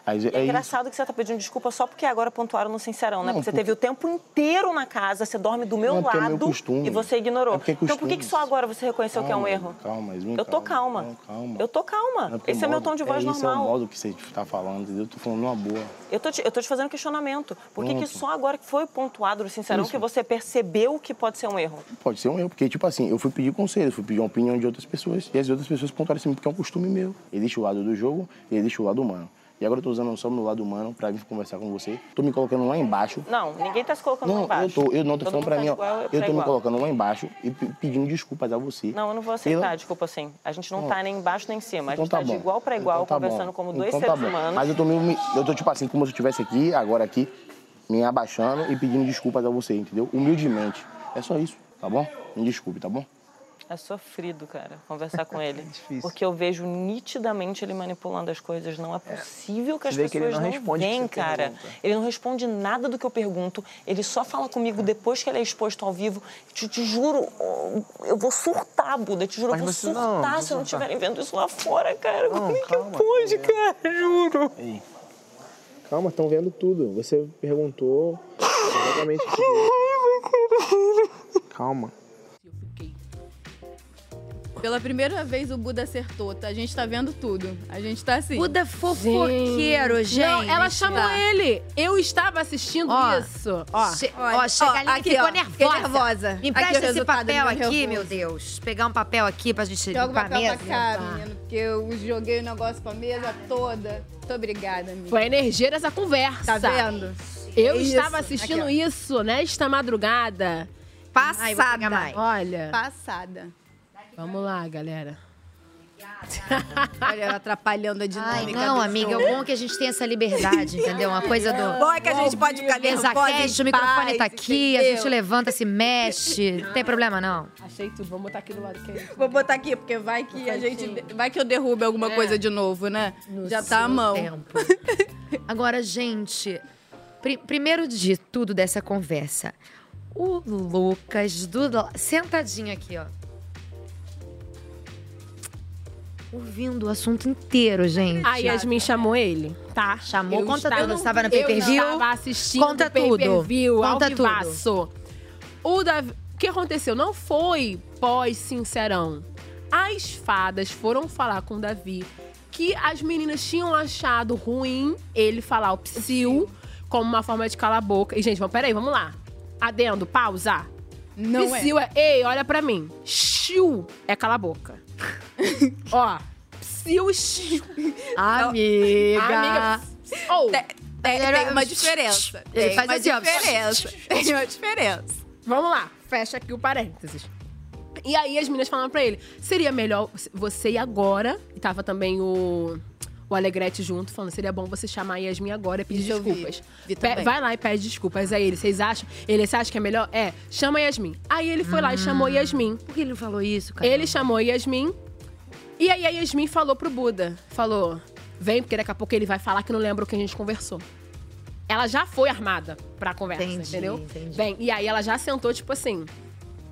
Aí,
E é,
é isso.
engraçado que você tá pedindo desculpa só porque agora pontuaram no Sincerão,
Não,
né? Porque você
porque-
teve o tempo inteiro na casa, você dorme do meu
Não, porque é
lado
meu costume.
e você ignorou.
É porque é
então por que, que
costume.
só agora você reconheceu que é um
Calma,
erro?
Calma, Yasmin,
Eu tô calma.
Não, calma.
Eu tô calma.
Não, porque
Esse é meu
modo-
tom de voz
é, Esse é o
normal.
modo que você tá falando, entendeu? Eu tô falando numa boa.
Eu tô, te, eu tô te fazendo questionamento. Por que, que
Pronto.
só agora que foi pontuado no Sincerão
Isso.
que você percebeu que pode ser um erro?
Pode ser um erro, porque, tipo assim, eu fui pedir conselho, fui pedir a opinião de outras pessoas. E as outras pessoas pontuaram assim, porque é um costume meu. Existe o lado do jogo e existe o lado humano. E agora eu tô usando só o meu lado humano pra vir conversar com você. Tô me colocando lá embaixo.
Não, ninguém tá se colocando lá
Não, eu
embaixo.
tô, eu não tô
Todo
falando
mundo
pra
tá
mim, ó.
igual,
Eu tô
pra
me
igual.
colocando lá embaixo e pe- pedindo desculpas a você.
Não, eu não vou aceitar, desculpa assim. A gente não tá nem embaixo nem em cima. a gente tá, de igual pra igual,
Então tá bom.
conversando como dois
Então tá
seres
bom.
humanos.
Mas eu tô meio. me- Eu tô tipo assim, como se eu estivesse aqui, agora aqui, me abaixando e pedindo desculpas a você, entendeu? Humildemente. É só isso, tá bom? Me desculpe, tá bom?
É sofrido, cara, conversar com ele. Porque eu vejo nitidamente ele manipulando as coisas. Não é possível que
Você
as
vê
pessoas
que ele não responde o que
veem,
você
cara.
pergunta.
Ele não responde nada do que eu pergunto. Ele só fala comigo depois que ele é exposto ao vivo. Te, te juro, oh, eu vou surtar, Buda. Te juro, eu
Mas
vou
você não, não
surtar se não
surtar.
estiverem vendo isso lá fora, cara. Como é que pode, cara? Juro.
Calma, estão vendo tudo. Você perguntou exatamente. o que- Calma.
Pela primeira vez o Buda acertou, tá? A gente tá vendo tudo. A gente tá assim.
Buda é fofoqueiro, gente.
Não,
ela chamou ele. Eu estava assistindo
Ó,
isso. Ó,
che- ó, chega ali
aqui,
aqui, ficou
ó,
nervosa.
fiquei nervosa.
Me
Aqui é o
empresta esse
resultado do
papel
meu
aqui,
nervoso.
meu Deus. Pegar um papel aqui pra gente
Joga o
limpar a
papel
mesa. Tá.
pra cá, menino, porque eu joguei o negócio pra mesa toda. Muito obrigada, amiga.
Foi a energia dessa conversa.
Tá vendo?
Eu
É isso.
estava assistindo
Aqui,
isso nesta madrugada.
Passada.
Olha.
Passada.
Vamos lá, galera.
Olha, ela Tá atrapalhando a dinâmica.
Ai, não,
do
amiga,
show.
é bom que a gente tem essa liberdade, entendeu? Uma coisa do.
Bom é que a gente pode ficar
Mesa
nervosa,
cast,
em
o microfone tá
paz,
aqui, a
entendeu?
gente levanta, se mexe. Não tem problema, não.
Achei tudo, vou botar aqui do lado. Que é né? Vou botar aqui, porque vai que a gente. Vai que eu derrube alguma
É.
coisa de novo, né? Já tá a
seu
mão.
tempo. Agora, gente, pri- primeiro de tudo dessa conversa, o Lucas do la- sentadinho aqui, ó. Ouvindo o assunto inteiro, gente.
A Yasmin chamou ele, tá?
Chamou,
Eu
conta
estava-
tudo. Você estava no
Eu
pay-per-view?
estava assistindo
Conta
o pay-per-view,
tudo.
ao
Conta tudo.
vivaço. O Davi... O que aconteceu? Não foi pós-sincerão. As fadas foram falar com o Davi que as meninas tinham achado ruim ele falar o psiu como uma forma de calar a boca. E, gente, mas peraí, vamos lá. Adendo, pausa.
Não
psiu é. Ei, olha pra mim. Xiu é cala a boca. Ó, psiu, xiu.
Amiga.
Amiga. Ou. um
Tem, tem uma diferença.
Ele
Tem
faz
uma
assim, ó.
diferença. Tem uma diferença.
Vamos lá, fecha aqui o parênteses. E aí as meninas falaram pra ele: seria melhor você ir agora. E tava também o, o Alegrete junto, falando: seria bom você chamar a Yasmin agora e pedir
Isso eu vi.
desculpas.
Vi
Pe-
também.
vai lá e pede desculpas a ele. Vocês acham? Ele, você acha que é melhor? É, chama a Yasmin. Aí ele foi lá e chamou a Yasmin. Por
Hum. que ele não falou isso,
cara? Ele chamou a Yasmin. E aí a Yasmin falou pro Buda: falou, vem, porque daqui a pouco ele vai falar que não lembra o que a gente conversou. Ela já foi armada pra conversa,
Entendi,
entendeu?
entendi.
Bem, e aí ela já sentou, tipo assim,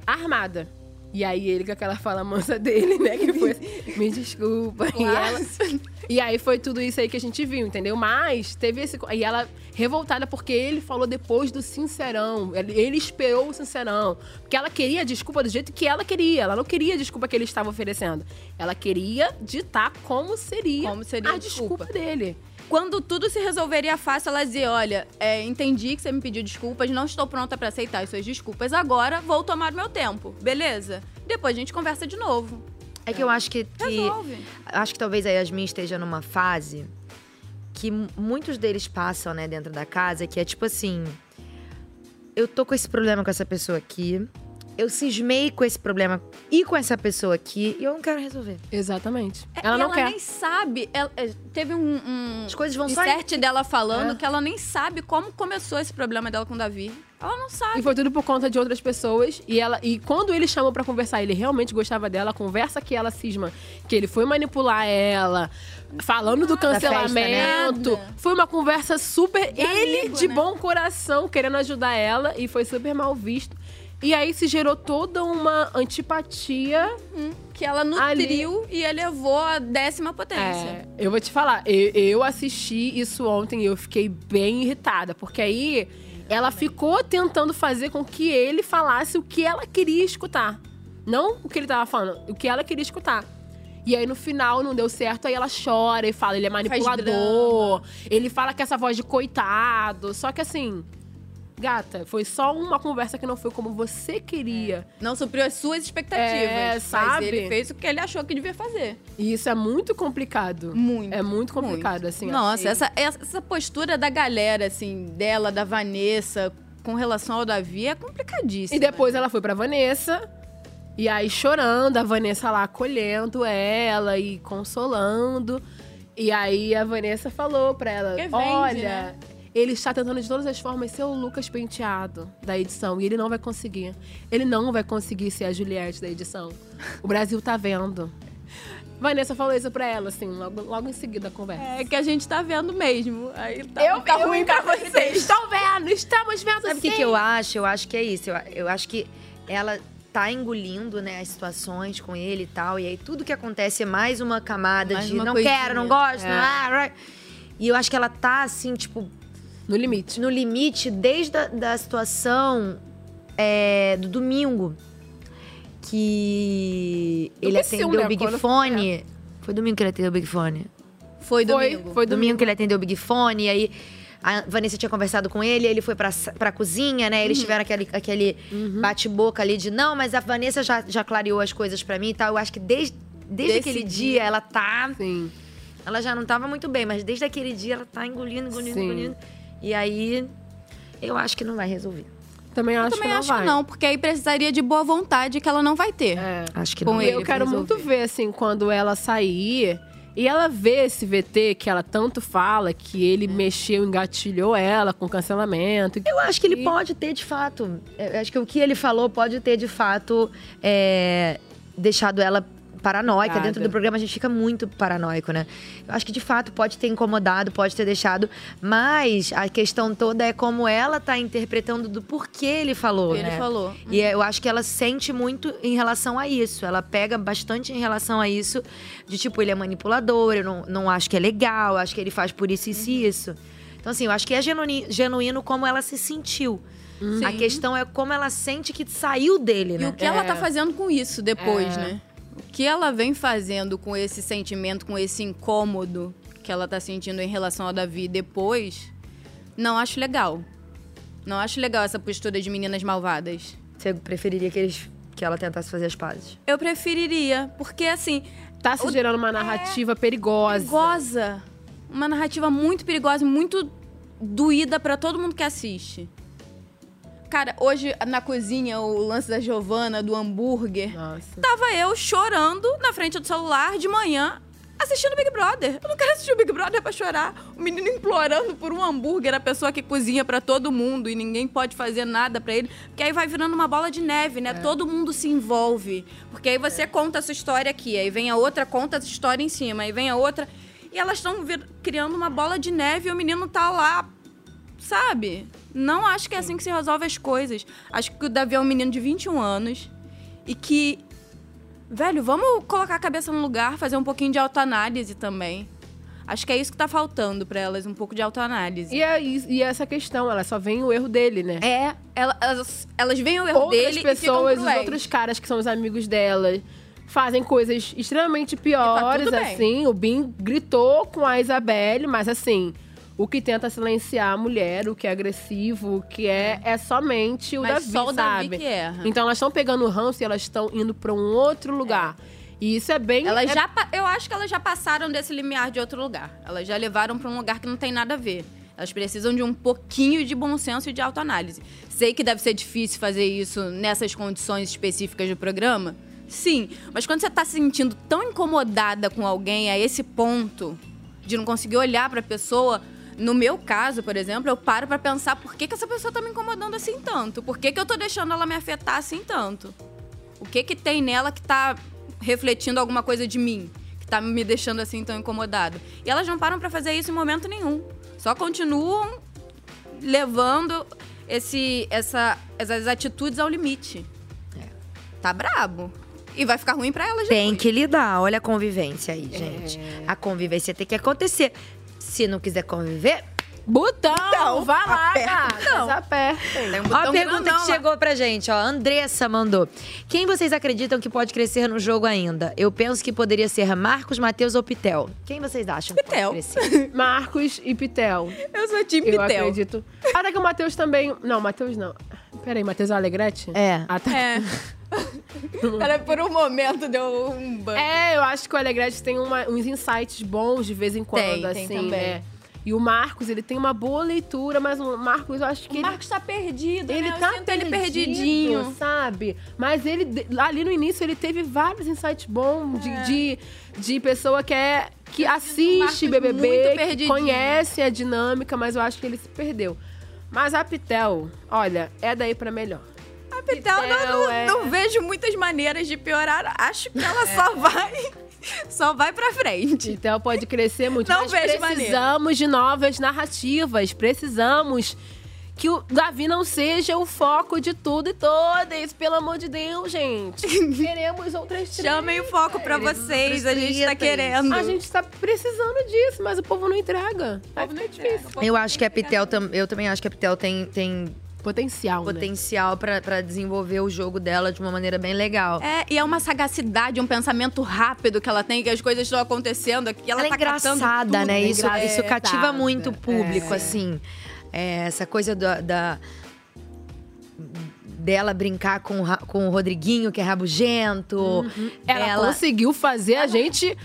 armada. E aí ele com aquela fala mansa dele, né? Que foi assim, me desculpa. E, ela- e aí foi tudo isso aí que a gente viu, entendeu? Mas teve esse. co- E ela revoltada porque ele falou depois do sincerão. Ele, ele esperou o sincerão. Porque ela queria a desculpa do jeito que ela queria. Ela não queria a desculpa que ele estava oferecendo. Ela queria ditar como seria,
Como seria
a desculpa dele.
Quando tudo se resolveria fácil, ela dizia: Olha, é, entendi que você me pediu desculpas, não estou pronta para aceitar as suas desculpas agora, vou tomar meu tempo, beleza? Depois a gente conversa de novo.
É que eu acho que, que-
Resolve.
acho que talvez a Yasmin esteja numa fase que mu- muitos deles passam, né, dentro da casa, que é tipo assim, eu tô com esse problema com essa pessoa aqui, eu cismei com esse problema e com essa pessoa aqui e eu não quero resolver.
Exatamente.
É, e ela nem sabe. ela- é, teve um, um As
coisas vão só
insert
indo.
dela falando
É.
que ela nem sabe como começou esse problema dela com o Davi. Ela não sabe.
E foi tudo por conta de outras pessoas. E, ela, e quando ele chamou pra conversar, ele realmente gostava dela. A conversa que ela cisma, que ele foi manipular ela, falando do
festa, né?
cancelamento. Foi uma conversa super. ele,
amigo,
de
né?
bom coração, querendo ajudar ela, e foi super mal visto. E aí se gerou toda uma antipatia.
Que ela nutriu e elevou a décima potência.
É, Eu vou te falar, eu, eu assisti isso ontem e eu fiquei bem irritada, porque aí ela ficou tentando fazer com que ele falasse o que ela queria escutar. Não o que ele tava falando, o que ela queria escutar. E aí no final não deu certo, aí ela chora e fala, ele é manipulador, ele fala com essa voz de coitado. Só que assim, gata, foi só uma conversa que não foi como você queria.
É, Não supriu as suas expectativas.
É, sabe?
Mas ele fez o que ele achou que devia fazer.
E isso é muito complicado.
Muito.
É muito complicado, assim.
Nossa,
achei.
essa, essa postura da galera, assim, dela, da Vanessa, com relação ao Davi, é complicadíssima.
E depois ela foi pra Vanessa. E aí chorando, a Vanessa lá acolhendo ela e consolando. E aí a Vanessa falou pra ela:
Porque vende,
Olha,
né?
ele está tentando de todas as formas ser o Lucas Penteado da edição. E ele não vai conseguir. Ele não vai conseguir ser a Juliette da edição. O Brasil tá vendo. Vanessa falou isso pra ela, assim, logo, logo em seguida a conversa.
É que a gente tá vendo mesmo. Aí tá,
Eu-
tá
eu
ruim pra
encargo
vocês.
Estão vendo, estamos vendo
Sabe o que, que eu acho? Eu acho que é isso. Eu, eu acho que ela tá engolindo, né, as situações com ele e tal. E aí tudo que acontece é mais uma camada
Mais
de
uma
não
coisinha.
quero, não gosto.
É.
não- ah, rá. E eu acho que ela tá, assim, tipo...
No limite.
No limite, desde a da situação é, do domingo. Que
Do
ele
Psyu,
atendeu
né?
o Big
Quando-
Fone. Foi domingo que ele atendeu o Big Fone.
Foi domingo.
Foi domingo que ele atendeu o Big Fone, e aí a Vanessa tinha conversado com ele, aí ele foi pra, sa- pra cozinha, né? Eles
Uhum.
tiveram aquele, aquele bate-boca ali de não, mas a Vanessa já, já clareou as coisas pra mim e tal. Eu acho que desde, desde
Desse
aquele dia,
dia.
ela tá.
Sim.
Ela já não tava muito bem, mas desde aquele dia ela tá engolindo, engolindo,
Sim.
engolindo. E aí eu acho que não vai resolver.
Também acho
Eu também
que não
acho
vai.
que não, porque aí precisaria de boa vontade que ela não vai ter. É.
Acho
com ele.
eu quero muito ver, assim, quando ela sair e ela vê esse VT que ela tanto fala, que
É.
ele mexeu, engatilhou ela com cancelamento.
Eu acho que ele pode ter, de fato.
é,
Eu acho que o que ele falou pode ter, de fato, é, deixado ela paranoica.
Parada.
Dentro do programa a gente fica muito paranoico, né? Eu acho que, de fato, pode ter incomodado, pode ter deixado. Mas a questão toda é como ela tá interpretando do porquê ele falou,
Ele
né?
falou.
E eu acho que ela sente muito em relação a isso. Ela pega bastante em relação a isso. De tipo, ele é manipulador, eu não, não acho que é legal, acho que ele faz por isso, isso
Uhum.
e isso. Então, assim, eu acho que é genuí- genuíno como ela se sentiu. A
Uhum. Sim.
questão é como ela sente que saiu dele, né?
E o que
É.
ela tá fazendo com isso depois,
É.
né? O que ela vem fazendo com esse sentimento, com esse incômodo que ela tá sentindo em relação ao Davi depois, não acho legal. Não acho legal essa postura de meninas malvadas.
Você preferiria que, eles, que ela tentasse fazer as pazes?
Eu preferiria, porque assim. É,
Tá se gerando uma narrativa perigosa.
Perigosa. Uma narrativa muito perigosa, muito doída pra todo mundo que assiste. Cara, hoje na cozinha, é, o lance da Giovana, do hambúrguer. Tava eu chorando na frente do celular de manhã, assistindo Big Brother. Eu não quero assistir o Big Brother pra chorar. O menino implorando por um hambúrguer, a pessoa que cozinha pra todo mundo e ninguém pode fazer nada pra ele. Porque aí vai virando uma bola de neve, né? Todo mundo se envolve. Porque aí você conta a sua história aqui, aí vem a outra, conta a sua história em cima, aí vem a outra. E elas estão criando uma bola de neve e o menino tá lá sabe? Não acho que é assim que se resolve as coisas. Acho que o Davi é um menino de 21 anos e que. Velho, vamos colocar a cabeça no lugar, fazer um pouquinho de autoanálise também. Acho que é isso que tá faltando pra elas, um pouco de autoanálise.
E, é isso- e essa questão, ela só vem o erro dele, né?
É, elas, elas veem o erro
outras
dele e ficam
pessoas, os
cruéis.
outros caras que são os amigos dela fazem coisas extremamente piores,
tá bem.
assim. O Bim gritou com a Isabelle, mas assim, o que tenta silenciar a mulher, o que é agressivo, o que é, é somente o
Mas
Davi,
só o Davi
sabe?
que erra.
Então elas estão pegando o ranço e elas estão indo pra um outro lugar. E isso é bem.
Elas
é-
já, pa- eu acho que elas já passaram desse limiar de outro lugar. Elas já levaram pra um lugar que não tem nada a ver. Elas precisam de um pouquinho de bom senso e de autoanálise. Sei que deve ser difícil fazer isso nessas condições específicas do programa. Sim, mas quando você tá se sentindo tão incomodada com alguém a esse ponto de não conseguir olhar pra pessoa, no meu caso, por exemplo, eu paro pra pensar por que, que essa pessoa tá me incomodando assim tanto? Por que, que eu tô deixando ela me afetar assim tanto? O que que tem nela que tá refletindo alguma coisa de mim? Que tá me deixando assim tão incomodado? E elas não param pra fazer isso em momento nenhum. Só continuam levando esse, essa, essas atitudes ao limite. Tá brabo. E vai ficar ruim pra elas
É. Tem que lidar. Olha a convivência
É.
aí, gente. A convivência tem que acontecer. Se não quiser conviver.
Botão! vai lá,
aperta o
gata,
botão.
mas apertem. Tem um
Ó,
botão
a pergunta
grandão
que
lá.
chegou pra gente, ó. A Andressa mandou. Quem vocês acreditam que pode crescer no jogo ainda? Eu penso que poderia ser Marcos, Matheus ou Pitel. Quem vocês acham? Pitel.
Marcos e Pitel.
Eu sou time
Eu
Pitel.
acredito. Até que o Matheus também. Não, Matheus não. Peraí, Matheus Alegrete?
É.
Ah, tá.
É. Cara, por um momento deu um banho.
É, eu acho que o Alegrete tem uma- uns insights bons de vez em quando,
Tem, tem
assim,
também.
né? E o Marcos, ele tem uma boa leitura, mas o Marcos, eu acho que. O Marcos
tá perdido,
ele
né? Eu
tá
sinto ele
perdido,
perdidinho.
sabe? Mas ele, de- lá ali no início, ele teve vários insights bons de,
É.
de, de pessoa que é. Que assiste
muito
BBB, que
perdidinho.
conhece a dinâmica, mas eu acho que ele se perdeu. Mas a Pitel, olha, é daí pra melhor.
A Pitel, então, não, não-
é-
não vejo muitas maneiras de piorar. Acho que ela só vai. Só vai pra frente.
Então pode crescer muito.
Não
Nós
vejo maneira.
precisamos de novas narrativas. Precisamos que o Davi não seja o foco de tudo e todas. Pelo amor de Deus, gente. Queremos outras
Chamem o foco pra
tretas.
vocês, a gente tá querendo.
A gente tá precisando disso, mas o povo não entrega. Vai ficar difícil.
Eu acho que a Pitel tam- eu também acho que a Pitel tem, tem
potencial,
né?
potencial pra para desenvolver o jogo dela de uma maneira bem legal.
É, e é uma sagacidade, um pensamento rápido que ela tem, que as coisas estão acontecendo, que ela,
Ela é
tá catando
engraçada,
tudo.
né?
É
Isso, isso cativa
engraçada.
muito o público,
É.
assim. É, essa coisa da, da- dela brincar com, o Ra- com o Rodriguinho, que é rabugento.
Uhum.
Uhum.
Ela, conseguiu fazer a gente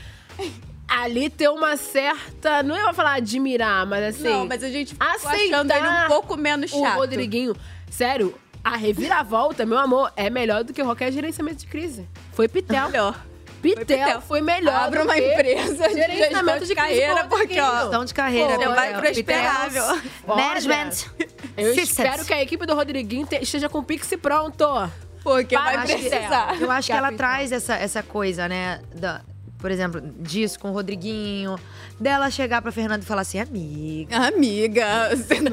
ali ter uma certa. Não ia falar admirar, mas assim.
Não, mas a gente ficou
aceitar
achando ele um pouco menos
O
chato.
Rodriguinho. Sério, A reviravolta, meu amor, é melhor do que qualquer gerenciamento de crise. Foi Pitel. Melhor. Pitel foi,
Pitel.
melhor.
Abra
do
uma
que
empresa de
gerenciamento de,
gestão de carreira,
crise,
porque, ó,
Gestão de carreira,
Pô, vai
Pitel.
prosperável.
Pitel. Management
Eu
Systems.
espero que a equipe do Rodriguinho te- esteja com o Pix pronto.
Porque
Eu acho que- Eu acho que ela traz essa, essa coisa, né? Da, por exemplo, disso com o Rodriguinho. Dela chegar pra Fernanda e falar assim, amiga.
Amiga, você não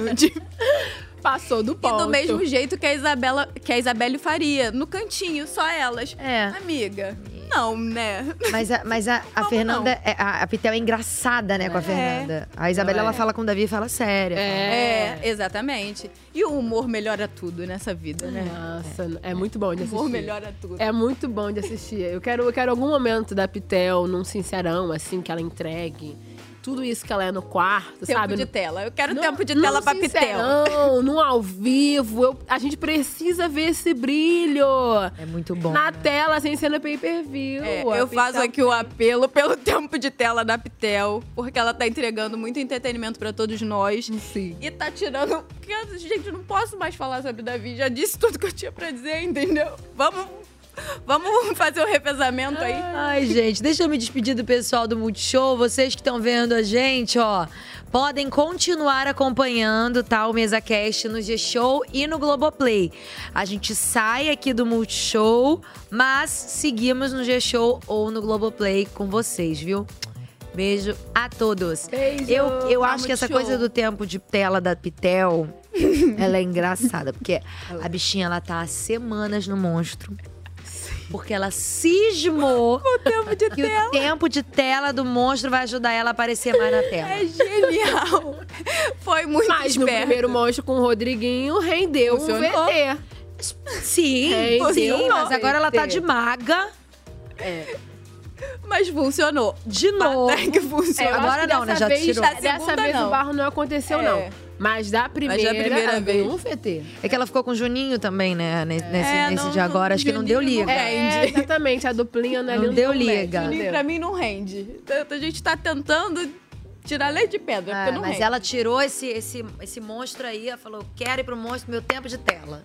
Passou do
E do mesmo jeito que a Isabela, que a Isabelle faria, no cantinho, só elas.
É.
Amiga. Não, né?
Mas é- a, mas a, a Fernanda, é- a, a Pitel é engraçada, né, com a
É.
Fernanda. A Isabela,
Ela
ela
é.
fala com o Davi e fala sério.
É, exatamente. E o humor melhora tudo nessa vida, né?
Nossa, é muito bom de
O
assistir.
humor melhora tudo.
É muito bom de assistir. Eu quero, eu quero algum momento da Pitel num sincerão, assim, que ela entregue. Tudo isso que ela é no quarto,
Tempo
sabe?
de tela. Eu quero
Num-
tempo de tela
num
pra Pitel.
sincerão, Num ao vivo. Eu- a gente precisa ver esse brilho.
É muito bom.
Na tela, sem ser no pay-per-view.
É,
A
eu faço
Pitel-
aqui o apelo pelo tempo de tela da Pitel, porque ela tá entregando muito entretenimento pra todos nós.
Sim.
E tá tirando. Porque, gente, eu não posso mais falar sobre Davi. Já disse tudo que eu tinha pra dizer, entendeu? Vamos, vamos fazer um revezamento aí.
Ai, gente, deixa eu me despedir do pessoal do Multishow. Vocês que estão vendo a gente, ó, podem continuar acompanhando, tá? O MesaCast no G-Show e no Globoplay. A gente sai aqui do Multishow, mas seguimos no G-Show ou no Globoplay com vocês, viu? Beijo a todos.
Beijo.
Eu, eu
Ah,
acho que essa
Multishow.
coisa do tempo de tela da Pitel, ela é engraçada, porque a bichinha, ela tá há semanas no monstro. Porque ela cismou que o tempo de tela do monstro vai ajudar ela a aparecer mais na tela.
É genial. Foi é muito
Mas no
esperto.
primeiro monstro com o Rodriguinho, rendeu um
Funcionou.
VT.
Sim,
Rendeu
sim,
um
mas agora ela tá
VT.
É.
de maga.
Mas funcionou.
De novo.
Até que funcionou.
Eu acho Né, que dessa vez- Dessa
Dessa
vez o barro não aconteceu,
É.
não. Mas da primeira,
primeira
ela ganhou
vez.
um VT.
É que ela ficou com o Juninho também, né? ne- Nesse,
É,
nesse
não-
de agora, acho que não deu
Juninho
liga.
É, exatamente. A duplinha não é
Não
ali,
deu
mete,
liga.
não
Juninho,
deu.
pra mim, não rende. Tanto A gente tá tentando tirar leite de pedra,
Ah,
porque não
mas
rende.
ela tirou esse, esse, esse monstro aí, ela falou: quero ir pro monstro, meu tempo de tela.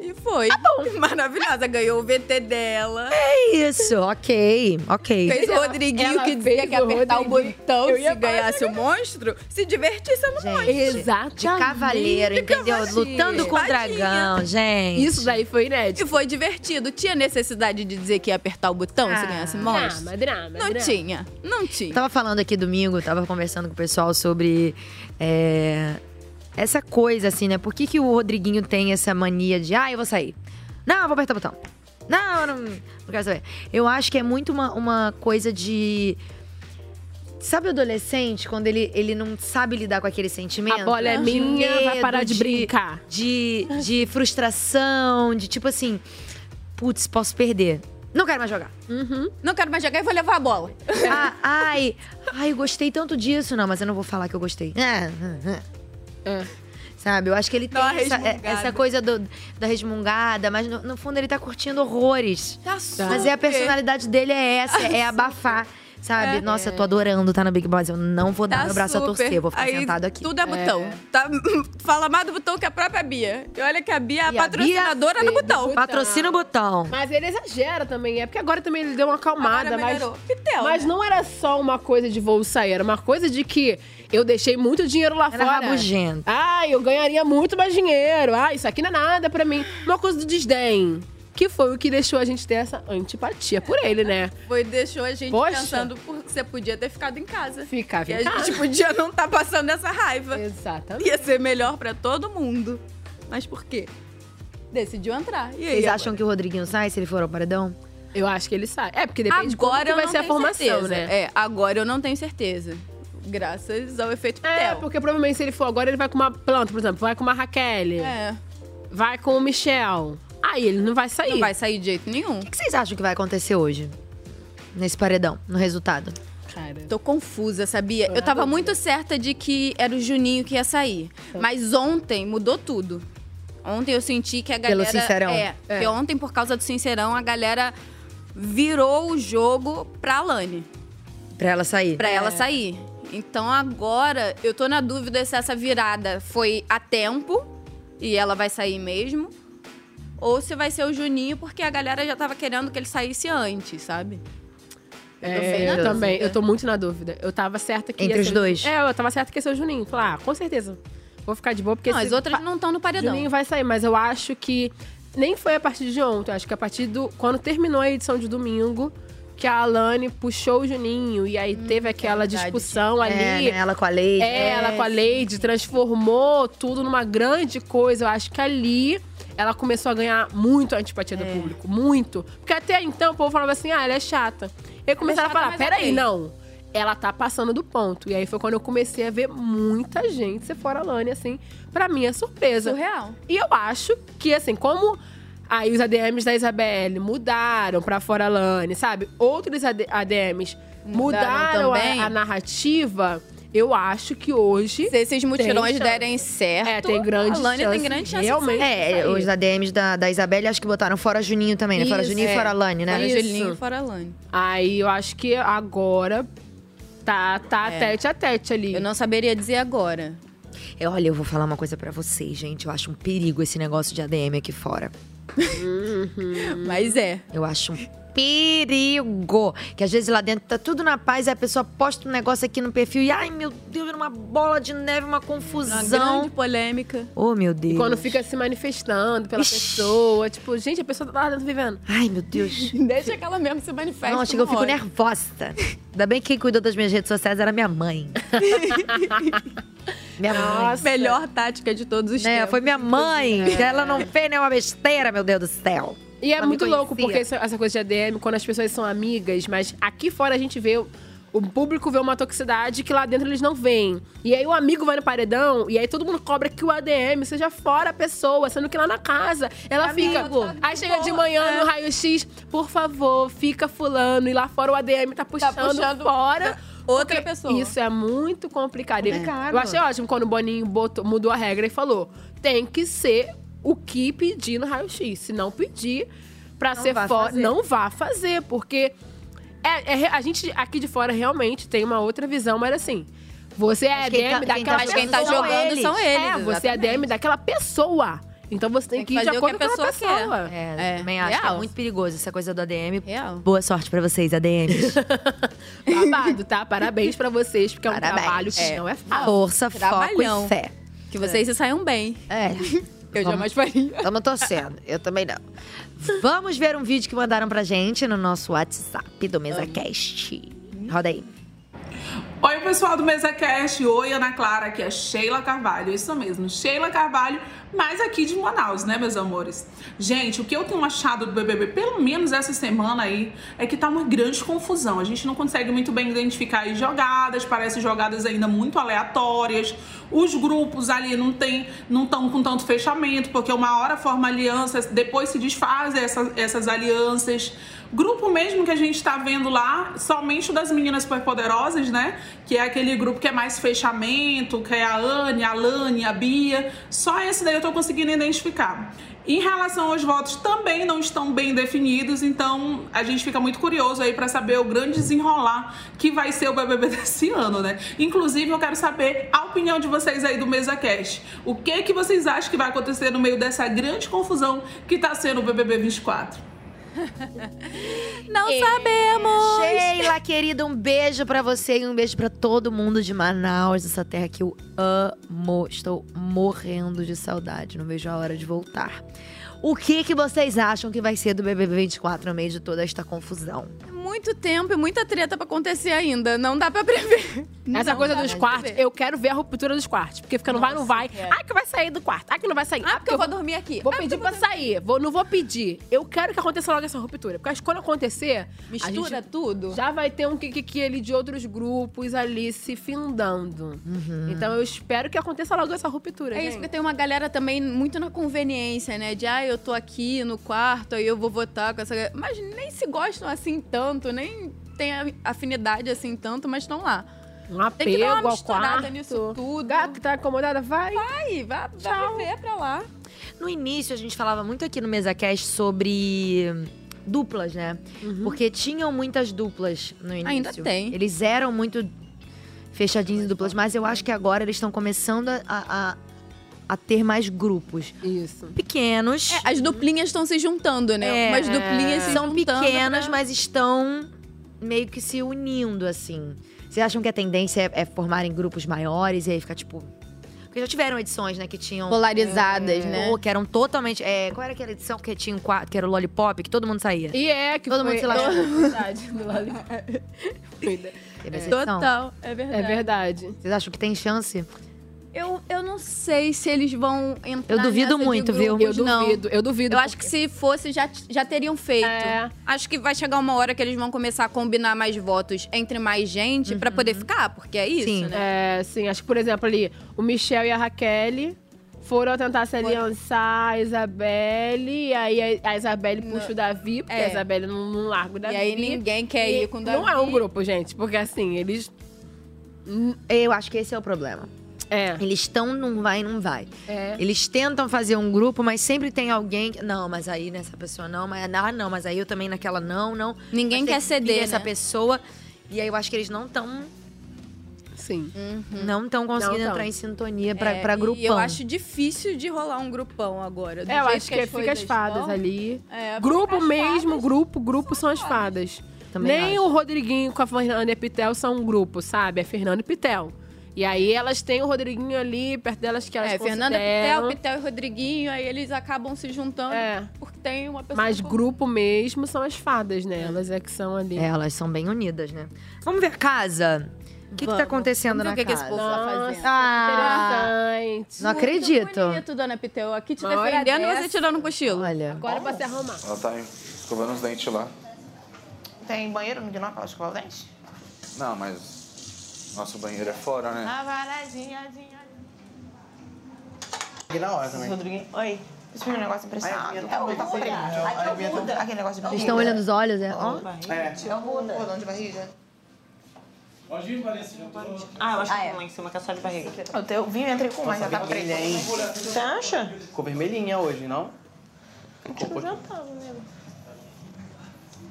Tá
E foi. Maravilhosa. Ganhou o VT dela.
É isso, ok, ok.
Fez o Rodriguinho
Ela
que dizia
fez
que ia
o
apertar o
Rodriguinho.
botão
Eu
se
ia falar
ganhasse o monstro, se divertisse no monstro.
Exato. De cavaleiro, entendeu? Lutando com o dragão, gente.
Isso
daí foi inédito.
E foi divertido. Tinha necessidade de dizer que ia apertar o botão se ganhasse monstro?
drama, drama,
Não
drama.
tinha. Não tinha.
Tava falando aqui domingo, tava conversando com o pessoal sobre é, essa coisa, assim, né? Por que, que o Rodriguinho tem essa mania de, ah, eu vou sair. Não, eu vou apertar o botão. Não, eu não, não quero saber. Eu acho que é muito uma, uma coisa de. Sabe o adolescente, quando ele, ele não sabe lidar com aquele sentimento?
A bola é
De
minha, vai parar de brincar.
De, de frustração, de tipo assim, putz, posso perder. Não quero mais jogar.
Uhum. Não quero mais jogar e vou levar a bola.
Ah, ai, ai, eu gostei tanto disso. Não, mas eu não vou falar que eu gostei. É, é, é. Sabe, eu acho que ele tem
Dá uma
essa, é,
resmungada.
essa coisa do- da resmungada, mas no, no fundo ele tá curtindo horrores.
Tá
Mas é a
super.
personalidade dele é essa, é abafar. Sabe?
É.
Nossa, eu tô adorando tá no Big Brother. Eu não vou dar
Tá
meu braço a
super.
torcer, eu vou ficar
Aí,
sentado aqui.
Tudo é botão. Tá, fala mais do botão que a própria Bia. E olha que a Bia é a
E a Bia
patrocinadora
fez
do
o
botão.
Patrocina o botão.
Mas ele exagera também, é porque agora também ele deu uma acalmada.
Agora
Mas,
melhorou. Pitel,
mas não era só uma coisa de vou sair, era uma coisa de que eu deixei muito dinheiro lá
Era
fora.
rabugento.
Ah, eu ganharia muito mais dinheiro. Ah, isso aqui não é nada pra mim. Uma coisa do desdém. Que foi o que deixou a gente ter essa antipatia por ele, né?
Foi, deixou a gente
Poxa.
pensando porque você podia ter ficado em casa.
Ficava
e
em
a
casa.
gente podia não estar passando essa raiva.
Exatamente.
Ia ser melhor pra todo mundo. Mas por quê? Decidiu entrar. E aí,
Vocês
agora?
acham que o Rodriguinho sai se ele for ao paredão?
Eu acho que ele sai. É, porque depende de como
agora
que
eu
vai
não
ser a
tenho
formação,
certeza.
né?
É, agora eu não tenho certeza. Graças ao efeito
É,
Pitel.
porque provavelmente se ele for agora, ele vai com uma planta, por exemplo, vai com uma Raquel.
É.
Vai com o Michel. Aí ele não vai sair.
Não vai sair de jeito nenhum.
O que vocês acham que vai acontecer hoje? Nesse paredão, no resultado?
Cara.
Tô confusa, sabia? Eu tava muito certa de que era o Juninho que ia sair. Mas ontem mudou tudo. Ontem eu senti que a
Pelo
galera.
Sincerão.
É,
É.
porque ontem, por causa do Sincerão, a galera virou o jogo pra Alane,
Pra ela sair?
pra ela sair. Então agora eu tô na dúvida se essa virada foi a tempo e ela vai sair mesmo. ou se vai ser o Juninho, porque a galera já tava querendo que ele saísse antes, sabe?
É,
tô bem na
eu também,
dúvida.
eu tô muito na dúvida. Eu tava certa que.
Entre
ia
os
ser-
dois.
É, eu tava certa que ia ser o Juninho. Falar, ah, com certeza. Vou ficar de boa, porque.
Não, as outras não tão no paredão.
Juninho vai sair, mas eu acho que. Nem foi a partir de ontem, eu acho que a partir do. Quando terminou a edição de domingo, que a Alane puxou o Juninho. E
Hum,
aí teve aquela discussão ali.
É, né, ela com a Lady.
É, ela com a Lady transformou tudo numa grande coisa. Eu acho que ali ela começou a ganhar muito a antipatia
É.
do público, muito. Porque até então o povo falava assim: "Ah, ela é chata". E aí começaram
é chata,
a falar:
mas
"Peraí,
ok."
não. Ela tá passando do ponto". E aí foi quando eu comecei a ver muita gente se fora a Lani assim, pra minha surpresa.
Surreal.
E eu acho que assim, como aí os ADMs da Isabelle mudaram pra fora a Lani, sabe? Outros AD ADMs
Mudaram
mudaram,
também.
a, a narrativa, eu acho que hoje. Se
esses mutirões derem certo,
é, tem grande
a Lani tem
chance,
grande chance de
realmente.
sair.
É,
Isso aí.
os ADMs da, da Isabelle acho que botaram fora Juninho também, né? Fora
Isso,
Juninho e
é.
fora Lani, né?
Fora Juninho e fora-
Fora a Lani.
Aí eu acho que agora tá, tá
É.
tete a tete ali. Eu
não saberia dizer agora.
É, olha, eu vou falar uma coisa pra vocês, gente. Eu acho um perigo esse negócio de ADM aqui fora.
Mas é.
Eu acho um perigo. Que às vezes lá dentro tá tudo na paz e a pessoa posta um negócio aqui no perfil e, ai meu Deus, vira uma bola de neve, uma confusão.
grande polêmica.
Oh, meu Deus.
E quando fica se manifestando pela pessoa, tipo, gente, a pessoa tá lá dentro vivendo.
Ai, meu Deus.
Deixa que ela mesmo se manifesta.
Não, chega, eu fico nervosa. Ainda bem que quem cuidou das minhas redes sociais era minha mãe. Minha
Nossa. Melhor tática de todos os
né?
tempos.
Foi minha mãe.
inclusive.
que Ela não fez nenhuma besteira, meu Deus do céu.
É. E é
Ela me
muito louco,
conhecia.
porque essa, essa coisa de ADM, quando as pessoas são amigas, mas aqui fora a gente vê. o- O público vê uma toxicidade que lá dentro eles não veem. E aí o amigo vai no paredão, e aí todo mundo cobra que o ADM seja fora a pessoa, sendo que lá na casa ela
Amigo,
fica. Aí chega de manhã no raio-x, por favor, fica fulano. E lá fora o ADM tá puxando,
puxando
fora.
outra
porque
pessoa.
Isso é muito complicado.
Complicado.
Eu achei ótimo quando o Boninho botou- mudou a regra e falou: tem que ser o que pedir no raio-x. Se não pedir pra
Não
ser
vá
fora,
fazer.
não vá fazer, porque é- é re- a gente aqui de fora realmente tem uma outra visão, mas assim. Você é
quem tá-
ADM
quem
daquela
tá- mas
pessoa.
quem tá jogando são eles,
É, você é ADM daquela pessoa. Então você tem,
Tem
que
que
ir de
fazer o que
acordo
a
com a
pessoa quer.
pessoa.
É, eu também acho que é muito perigoso essa coisa do ADM.
Real.
Boa sorte pra vocês, ADMs.
Babado, tá? Parabéns pra vocês, porque é um
Parabéns.
trabalho que
É.
não é fácil.
Força, foco e fé.
Ah, Que vocês se saiam bem.
É.
Eu jamais faria.
Tamo torcendo. Eu também não. Vamos ver um vídeo que mandaram pra gente no nosso WhatsApp do MesaCast. Roda aí.
Oi, pessoal do Mesa Cast. Oi, Ana Clara. Aqui é Sheila Carvalho. Isso mesmo, Sheila Carvalho, mas aqui de Manaus, né, meus amores? Gente, o que eu tenho achado do BBB, pelo menos essa semana aí, é que tá uma grande confusão. A gente não consegue muito bem identificar as jogadas, parece jogadas ainda muito aleatórias. Os grupos ali não tem, não estão com tanto fechamento, porque uma hora forma alianças, depois se desfazem essa- essas alianças. Grupo mesmo que a gente tá vendo lá, somente o das meninas superpoderosas, né? Que é aquele grupo que é mais fechamento, que é a Anne, a Lani, a Bia. Só esse daí eu tô conseguindo identificar. Em relação aos votos, também não estão bem definidos, então a gente fica muito curioso aí pra saber o grande desenrolar que vai ser o BBB desse ano, né? Inclusive, eu quero saber a opinião de vocês aí do Mesa Cast. O que que vocês acham que vai acontecer no meio dessa grande confusão que tá sendo o BBB 24?
Não sabemos!
É. Sheila, querida, um beijo pra você e um beijo pra todo mundo de Manaus, essa terra que eu amo. Estou morrendo de saudade, não vejo a hora de voltar. O que, que vocês acham que vai ser do BBB 24 no meio de toda esta confusão?
Muito tempo e muita treta pra acontecer ainda. Não dá pra prever.
Essa coisa dos quartos, eu quero ver a ruptura dos quartos. Porque fica, não vai, não vai.
É.
Ai, que vai sair do quarto. Ai, que não vai sair. Ah, porque eu vou
dormir aqui.
Vou pedir pra sair. Vou, não vou pedir. Eu quero que aconteça logo essa ruptura. Porque acho que quando acontecer.
Mistura tudo.
Já vai ter um que ele de outros grupos ali se findando.
Uhum.
Então eu espero que aconteça logo essa ruptura.
É
gente.
isso, porque tem uma galera também muito na conveniência, né? De, ah, eu tô aqui no quarto, aí eu vou votar com essa galera. Mas nem se gostam assim tanto, nem tem a- afinidade assim tanto, mas estão lá.
Um apego
Tem que dar uma
ao
misturada
quarto.
nisso tudo.
Gato que tá incomodada, vai.
Vai, vai, vai viver pra lá.
No início, a gente falava muito aqui no MesaCast sobre duplas, né? Porque tinham muitas duplas no início.
Uhum. Ainda tem.
Eles eram muito fechadinhos em duplas, mas eu acho que agora eles estão começando a, a- a ter mais grupos.
Isso.
Pequenos.
É,
É.
as duplinhas estão se juntando, né? Umas duplinhas se
São
juntando
pequenas,
pra-
mas estão meio que se unindo, assim. Vocês acham que a tendência é, é formarem grupos maiores e aí ficar, tipo. Porque já tiveram edições, né, que tinham.
Polarizadas,
É,
né?
Ou que eram totalmente. é, qual era aquela edição que tinha um quadro, que era o Lollipop, que todo mundo saía?
E é que
Todo
foi-
mundo se lascou.
Verdade, do lado-
Teve essa
É.
edição?
Total, é verdade.
É
verdade.
Vocês acham que tem chance?
Eu, eu não sei se eles vão entrar.
Eu duvido
nessa de
muito, viu?
grupos,
Eu
não.
duvido, eu duvido,
Eu acho que se fosse, já, já teriam feito.
É.
Acho que vai chegar uma hora que eles vão começar a combinar mais votos entre mais gente pra poder
Uhum.
ficar, porque é isso, né?
É, sim, acho que, por exemplo, ali, o Michel e a Raquel foram tentar se aliançar a Isabelle, e aí a a Isabelle puxa o Davi, porque
É.
a Isabelle não, não larga o Davi.
aí ninguém quer
E
ir com o
Não é
Davi.
um grupo, gente, porque assim, eles...
Eu acho que esse é o problema.
É.
Eles estão num vai e não vai.
É.
Eles tentam fazer um grupo, mas sempre tem alguém. que- Não, mas aí nessa pessoa não, mas ah, não, mas aí eu também naquela não, não.
Ninguém
Mas
quer
tem que
ceder,
vir essa
né?
pessoa. E aí eu acho que eles não estão
Sim.
não estão
Uhum.
conseguindo
Não tão.
entrar em sintonia pra,
É,
pra
e
grupão.
eu acho difícil de rolar um grupão agora. do
É, eu
jeito
acho que,
as
fica as
coisas
fadas
estão.
ali.
É,
grupo
as
mesmo, grupo, grupo são as fadas.
Também
Nem o Rodriguinho com a Fernanda e a Pitel são um grupo, sabe? É Fernanda e Pitel. E aí elas têm o Rodriguinho ali perto delas que elas
É, Fernanda Pitel,
consideram.
Pitel e Rodriguinho, aí eles acabam se juntando
É.
porque tem uma pessoa.
Mas
com-
grupo mesmo são as fadas, né? Elas é que são ali.
É, elas são bem unidas, né? Vamos ver casa. O que, que tá
Vamos.
acontecendo
Vamos ver
na
o que que
casa?
esse povo tá fazendo.
Ah,
interessante.
não acredito.
Muito é bonito, dona Pitel. Aqui te
Uma hora
defendendo e você
dessa.
tirando o cochilo.
Olha.
Agora pra se arrumar.
Ela tá escovando os dentes lá.
Tem banheiro no guinó pra escovar o dente?
Não, mas nosso banheiro é fora, né?
varadinha,
E na hora também.
Rodriguinho, oi. Explica um negócio emprestado. É o é Buda. Aquele negócio de
Eles estão olhando os olhos, é? Ó.
É o Buda. Cordão de barriga.
Pode ir, Vanessa, já tô...
Ah, eu acho que tem um lá em cima que é só de barriga. Eu, te- eu vim e entrei com mais, já tá
Nossa, que
preta.
brilha, hein?
Você acha?
Ficou vermelhinha hoje, não?
Eu já tava, né? Só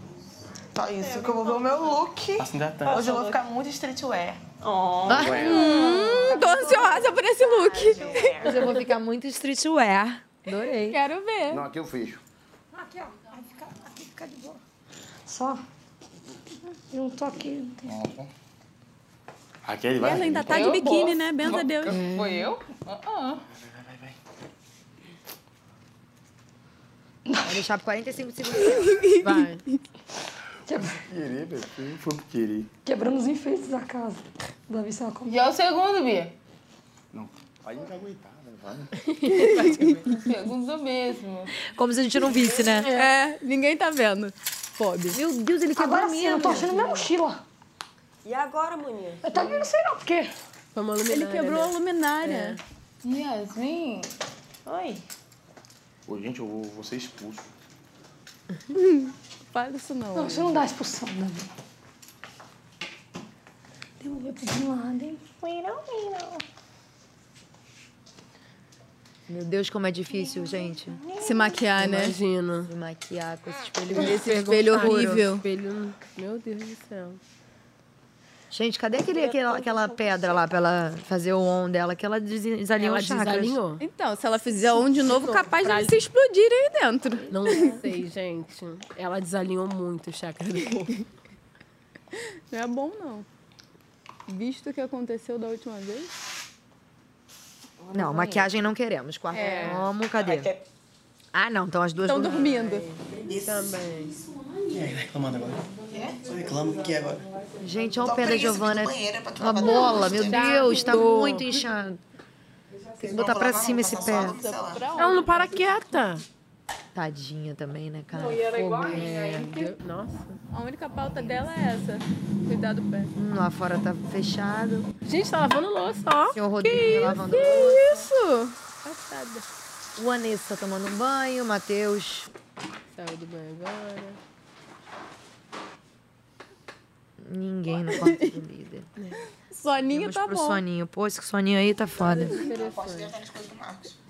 Tá, isso, que eu vou ver o meu look.
Passa hidratante.
Hoje eu vou ficar muito streetwear.
Hum, tô ansiosa por esse look.
Mas eu vou ficar muito streetwear. Adorei.
Quero ver.
Não, aqui eu fiz.
Ah,
Aqui, ó. Aí fica, aqui fica de boa. Só. Eu não tô aqui, não tem.
Raquel,
E ela ainda tá de biquíni, né? Benta
Benda
a Deus.
Foi eu?
Ah,
Vou deixar por 45 segundos.
Vai.
Querer, meu filho. Foi por querer.
Quebrando os enfeites da casa. Davi só com...
E é o segundo, Bia.
Aí não vai aguentar, né? Vai.
Segundo mesmo.
Como se a gente não visse, né?
É, ninguém tá vendo. Pobre.
Meu Deus, ele
Agora sim, eu tô achando minha mochila.
E agora, maninha?
Eu também não sei não, porque...
Ele
né?
quebrou a luminária.
É.
Yasmin. Oi.
Ô, gente, eu vou, vou ser expulso.
Fala isso não.
Não, você não dá expulsão, né? Davi. Devolver pro de lado, hein? We não, we não.
Meu Deus, como é difícil, gente.
Se maquiar, né?
Imagino.
Se maquiar com esse espelho.
Eu ia
Esse
perguntar.
espelho horrível.
Espelho- Meu Deus do céu.
Gente, cadê aquele, aquela, aquela pedra lá pra ela fazer o on dela? Que ela des- desalinhou
Ela
as chakras.
desalinhou. Então, se ela fizer um de novo, capaz de eles se explodirem aí dentro.
Não sei, gente. Ela desalinhou muito o chakra do corpo.
Não é bom, não. Visto o que aconteceu da última vez.
Não, maquiagem não queremos. Quarto
É.
vamos, cadê? Ah, não, então as duas...
Estão dormindo.
Também.
Quem é que tá reclamando agora? Só reclama que é agora.
Gente, olha o pé da Giovana.
é
tu
Uma
lavar
bola,
tudo,
meu
né?
entendeu?
Deus, tá
Dor.
muito inchado. Tem que botar pra cima esse pé.
Ela não para quieta.
Tadinha também, né, cara? né? é.
Não, e era
Pô,
igual a minha,
mulher.
hein?
Nossa.
A única pauta dela é essa. Cuidar do pé.
Hum, lá fora tá fechado.
Gente, tá lavando louça, ó.
Senhor Rodrigo tá lavando louça.
Que isso?
O Anessa tomando um banho, o Matheus.
Saiu do banho agora.
Ninguém no quarto do líder.
Soninho
Vamos
tá
pro
bom.
Soninho. Pô, esse soninho aí tá foda.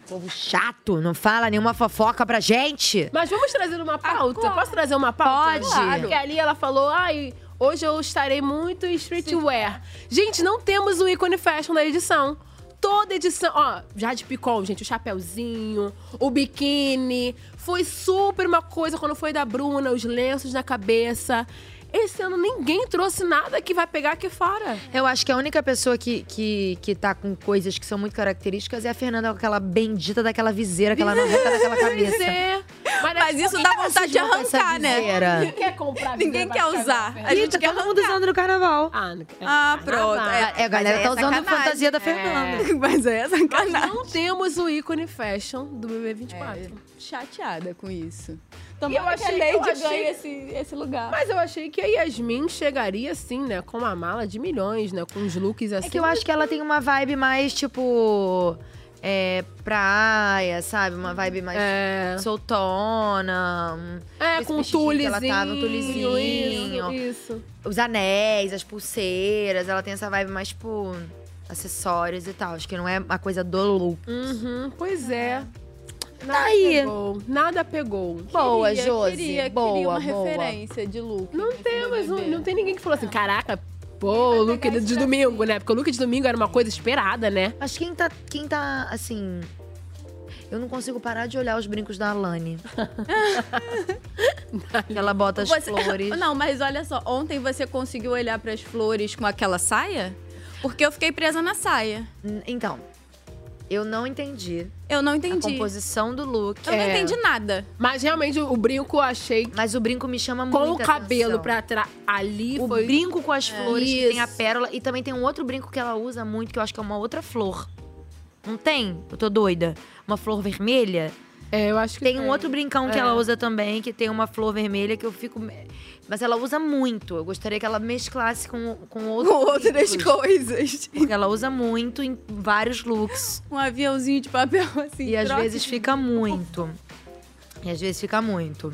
Povo
Chato, não fala nenhuma fofoca pra gente.
Mas vamos trazer uma pauta? Posso trazer uma pauta?
Ah, Pode.
Claro. Porque ali ela falou, ai, hoje eu estarei muito em streetwear. Gente, não temos um ícone fashion da edição. toda edição. Ó, Jade Picon, gente, o chapéuzinho, o biquíni. Foi super uma coisa quando foi da Bruna, os lenços na cabeça. Esse ano ninguém trouxe nada que vai pegar aqui fora.
Eu acho que a única pessoa que, que, que tá com coisas que são muito características é a Fernanda com aquela bendita daquela viseira que ela não arranca daquela cabeça.
Viseira. Mas, tipo,
isso dá vontade de arrancar, né?
Ninguém
quer comprar
Ninguém quer usar. A gente
Gente, tá todo mundo usando no carnaval.
Ah,
Ah, pronto.
É, a galera tá usando a fantasia da Fernanda.
né? Mas é essa
Nós não temos o ícone fashion do BB24.
Chateada com isso.
Também
Tomara que a Lady ganhe esse- esse lugar.
Mas eu achei que a Yasmin chegaria, assim, né? Com uma mala de milhões, né? Com uns looks assim.
É que eu acho que ela tem uma vibe mais, tipo. É, praia, sabe? Uma vibe mais soltona.
É,
esse
com um
vestidinho que Ela tava, um
tulezinho,
tulezinho.
isso, isso.
Os anéis, as pulseiras. Ela tem essa vibe mais, tipo, acessórios e tal. Acho que não é uma coisa do look.
Uhum, pois é.
Tá aí.
Pegou, nada pegou.
Boa,
Queria,
Josi.
queria, queria uma
boa, boa.
referência
de look.
Não tem, É, mas não, não tem ninguém que falou assim, caraca, pô, o look de domingo,
assim.
né? Porque o look de domingo era uma coisa esperada, né?
Acho que quem tá, quem tá, assim... Eu não consigo parar de olhar os brincos da Alane. ela bota as
Você-
flores.
Não, mas olha só, ontem você conseguiu olhar para as flores com aquela saia? Porque eu fiquei presa na saia.
Então, eu não entendi.
Eu não entendi.
composição do look.
Eu não
É.
entendi nada.
Mas realmente o brinco eu achei.
Mas o brinco me chama
Com o
muita
cabelo
atenção.
pra trás. Ali
O
foi.
brinco com as
É.
flores, que tem a
Isso.
pérola. E também tem um outro brinco que ela usa muito, que eu acho que é uma outra flor. Não tem? Eu tô doida. Uma flor vermelha?
É, eu acho que
tem. um
tem.
outro brincão que
É.
ela usa também, que tem uma flor vermelha que eu fico... me- Mas ela usa muito. Eu gostaria que ela mesclasse com, com, outros
Com outras
brincos.
coisas.
Porque ela usa muito em vários looks.
Um aviãozinho de papel assim.
E às
troca
vezes
de-
fica muito. E às vezes fica muito.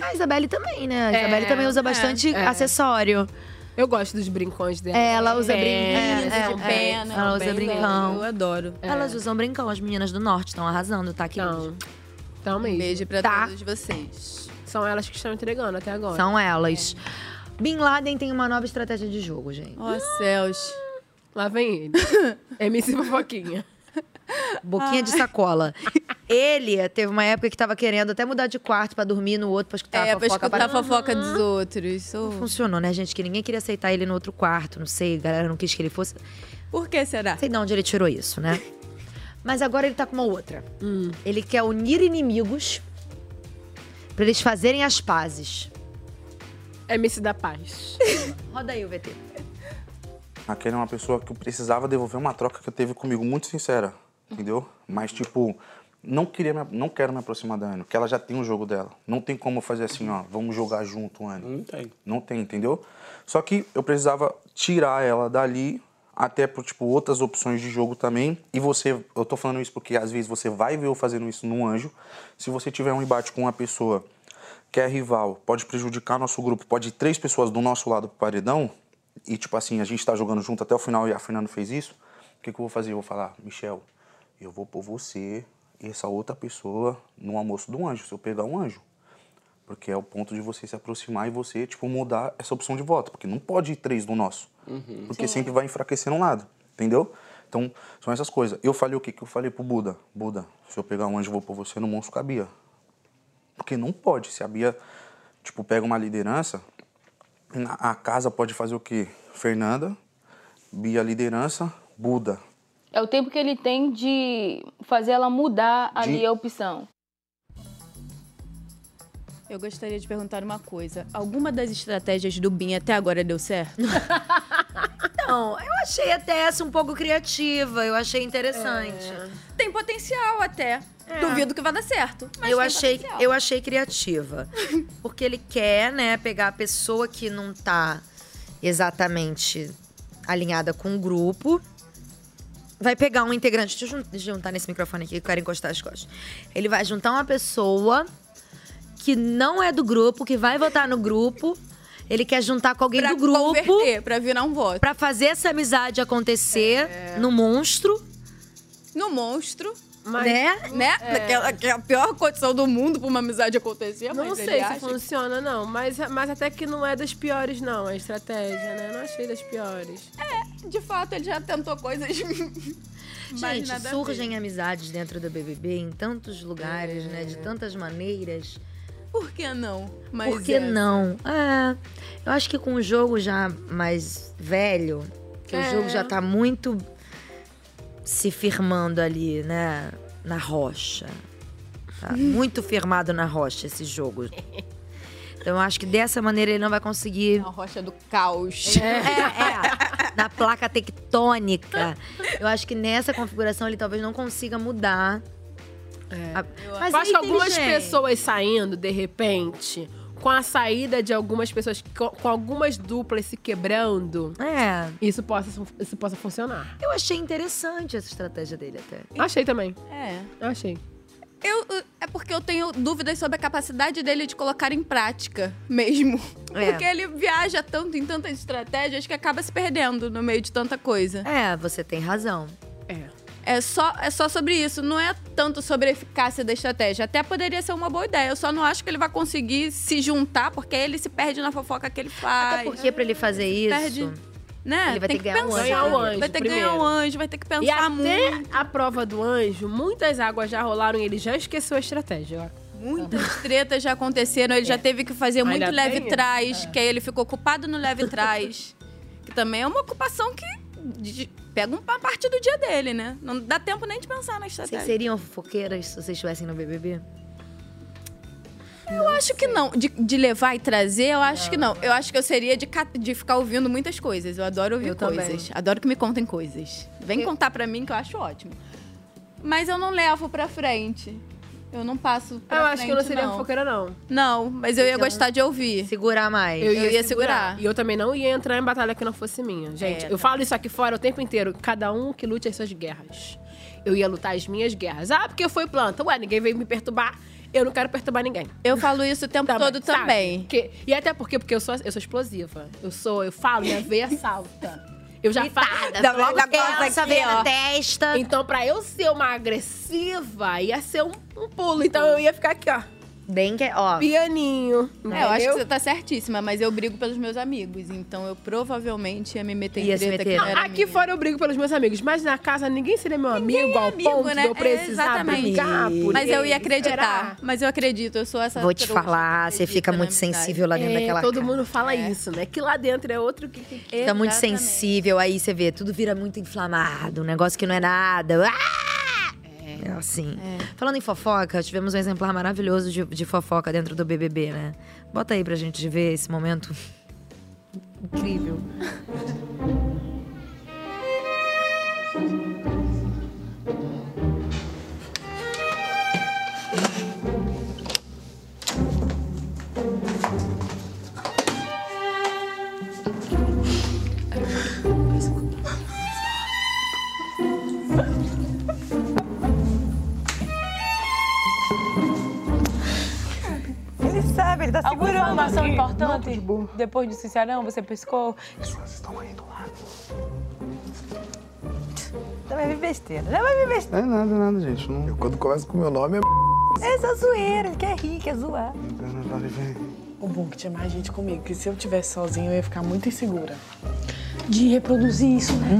A Isabelle também, né? A Isabelle também usa bastante acessório.
É, Eu gosto dos brincões dela. é,
É, ela usa
Penas,
brincão.
de pena,
né? Ela usa
bem
brincão. É.
leve, eu
adoro.
Elas usam brincão. As meninas do norte estão arrasando, tá, querido?
Então mesmo.
Beijo pra
Tá.
todos vocês.
São elas que estão entregando até agora.
São elas.
É.
Bin Laden tem uma nova estratégia de jogo, gente.
Ó céus.
Lá vem ele. MC Fofoquinha.
Ah, Boquinha
Ah.
de sacola. Ele teve uma época que tava querendo até mudar de quarto pra dormir no outro, pra escutar
É,
a
pra
fofoca.
escutar a fofoca dos outros. Sou-
Não funcionou, né, gente? Que ninguém queria aceitar ele no outro quarto, não sei, a galera não quis que ele fosse.
Por que será?
Sei de onde ele tirou isso, né? Mas agora ele tá com uma outra. Ele quer unir inimigos pra eles fazerem as pazes.
MC da Paz.
Roda aí o VT.
Aquela é uma pessoa que eu precisava devolver uma troca que teve comigo, muito sincera, entendeu? Mas, tipo, não, queria me- não quero me aproximar da Anne, porque ela já tem o jogo dela. Não tem como eu fazer assim, ó, vamos jogar junto, Anne. Não tem. Não tem, entendeu? Só que eu precisava tirar ela dali, até por, tipo, outras opções de jogo também. E você, eu tô falando isso porque às vezes você vai ver eu fazendo isso no anjo. Se você tiver um embate com uma pessoa que é rival, pode prejudicar nosso grupo, pode ir três pessoas do nosso lado pro paredão, e tipo assim, a gente tá jogando junto até o final e a Fernanda fez isso, o que, que eu vou fazer? Eu vou falar, Michel, eu vou pôr você e essa outra pessoa no almoço do anjo, se eu pegar um anjo. Porque é o ponto de você se aproximar e você, tipo, mudar essa opção de voto. Porque não pode ir três do nosso. Porque
Sim.
sempre vai enfraquecer um lado, entendeu? Então, são essas coisas. Eu falei o que que eu falei pro Buda? Buda, se eu pegar um anjo, eu vou pôr você no monstro com a Bia. Porque não pode. Se a Bia, tipo, pega uma liderança, na- a casa pode fazer o quê? Fernanda, Bia liderança, Buda.
É o tempo que ele tem de fazer ela mudar ali a opção.
Eu gostaria de perguntar uma coisa. Alguma das estratégias do Bin até agora deu certo?
Não, eu achei até essa um pouco criativa, eu achei interessante.
É.
É.
Tem potencial até. Duvido que vá dar certo. Mas
eu
tem
achei,
potencial.
eu achei criativa. Porque ele quer, né, pegar a pessoa que não tá exatamente alinhada com o grupo. Vai pegar um integrante. Deixa eu jun- juntar nesse microfone aqui, que eu quero encostar as costas. Ele vai juntar uma pessoa que não é do grupo, que vai votar no grupo. Ele quer juntar com alguém do grupo.
Pra virar um voto. É.
Pra fazer essa amizade acontecer no monstro.
No monstro.
Mas-
né? Né?
É.
Daquela- que é a pior condição do mundo pra uma amizade acontecer,
Não
mas ele
sei se
acha que-
funciona, não. Mas, mas até que não é das piores, não, a estratégia, né? Não achei das piores.
É, de fato, ele já tentou coisas.
Gente, surgem amizades dentro do BBB em tantos lugares, né? De tantas maneiras.
Por que não?
Por
é.
que não? É, eu acho que com o jogo já mais velho, que
É.
o jogo já tá muito se firmando ali, né? Na rocha. Tá muito firmado na rocha esse jogo. Então eu acho que dessa maneira ele não vai conseguir. Na
rocha do caos.
É, é. Na placa tectônica. Eu acho que nessa configuração ele talvez não consiga mudar. a-
eu acho
é
que algumas
inteligente.
pessoas saindo, de repente, com a saída de algumas pessoas, co- com algumas duplas se quebrando,
É.
isso, possa, isso possa funcionar.
Eu achei interessante essa estratégia dele até.
Achei também.
É.
Achei.
Eu, eu- é porque eu tenho dúvidas sobre a capacidade dele de colocar em prática mesmo.
É.
Porque ele viaja tanto em tantas estratégias que acaba se perdendo no meio de tanta coisa.
É, você tem razão.
É.
É só, é só sobre isso, não é tanto sobre a eficácia da estratégia. Até poderia ser uma boa ideia, eu só não acho que ele vai conseguir se juntar, porque aí ele se perde na fofoca que ele faz.
Até porque pra ele fazer isso.
perde, né?
Ele vai
Tem
ter que ganhar um
pensar.
anjo. Ganhar o anjo
Vai ter que ganhar
primeiro.
um anjo, vai ter que pensar
e até
muito.
a prova do anjo, muitas águas já rolaram e ele já esqueceu a estratégia.
Muitas tretas já aconteceram, ele já teve que fazer
É. Ainda
muito leve
tem? Ah.
trás, que aí ele ficou ocupado no leve trás. que também é uma ocupação que de- pega uma parte do dia dele, né? Não dá tempo nem de pensar na
Vocês
estratégia.
seriam fofoqueiras se vocês estivessem no BBB?
Eu acho que não. De, de levar e trazer, eu acho
Ah.
que não. Eu acho que eu seria de, ca- de ficar ouvindo muitas coisas. Eu adoro ouvir
Eu também.
coisas. Adoro que me contem coisas. Vem
Eu-
contar pra mim que eu acho ótimo. Mas eu não levo pra frente. Eu não passo pra
eu
frente,
acho que eu não seria
não.
fofoqueira, não.
Não, mas eu ia
Então,
gostar de ouvir.
Segurar mais.
Eu ia, segurar.
E eu também não ia entrar em batalha que não fosse minha. Gente,
É,
eu
tá.
falo isso aqui fora o tempo inteiro. Cada um que lute as suas guerras. Eu ia lutar as minhas guerras. Ah, porque eu fui planta. Ué, ninguém veio me perturbar. Eu não quero perturbar ninguém.
Eu falo isso o tempo todo
sabe?
também.
Que- e até porque, porque eu sou, eu sou explosiva. Eu sou, eu falo, minha veia salta. Eu já falo.
tá,
Dá logo
é
aquela essa veia na testa.
Então, pra eu ser uma agressiva, ia ser um, um pulo. Então, eu ia ficar aqui, ó.
Bem que, ó.
Pianinho.
É, eu acho que
entendeu?
você tá certíssima, mas eu brigo pelos meus amigos. Então eu provavelmente ia me meter em
Ia se
treta né?
meter. Ah,
que não
Não,
era
aqui fora eu brigo pelos meus amigos, mas na casa ninguém seria meu amigo
é
ao ponto de eu precisar brigar por
né? mas eu
ele,
ia acreditar.
será?
Mas eu acredito, eu sou essa.
Vou te
trouxa.
falar, você fica muito sensível lá dentro
É,
daquela
todo
casa.
mundo fala isso, né? Que lá dentro é outro que... que, que-
Tá
Fica muito sensível, aí você vê, tudo vira muito inflamado, um negócio que não é nada. Ah! É assim. Falando em fofoca, tivemos um exemplar maravilhoso de, de fofoca dentro do BBB, né? Bota aí pra gente ver esse momento. Incrível.
Ele sabe, ele tá
Alguma
segurando.
informação
aqui.
importante?
Depois do Sincerão, você piscou. Também vi besteira.
né?
Não vai me besteira.
É nada, nada, gente. Não... Eu, quando começa com o meu nome, é.
É só zoeira, ele quer rir, quer zoar.
O bom que tinha mais gente comigo, que se eu tivesse sozinha eu ia ficar muito insegura. De reproduzir isso, né?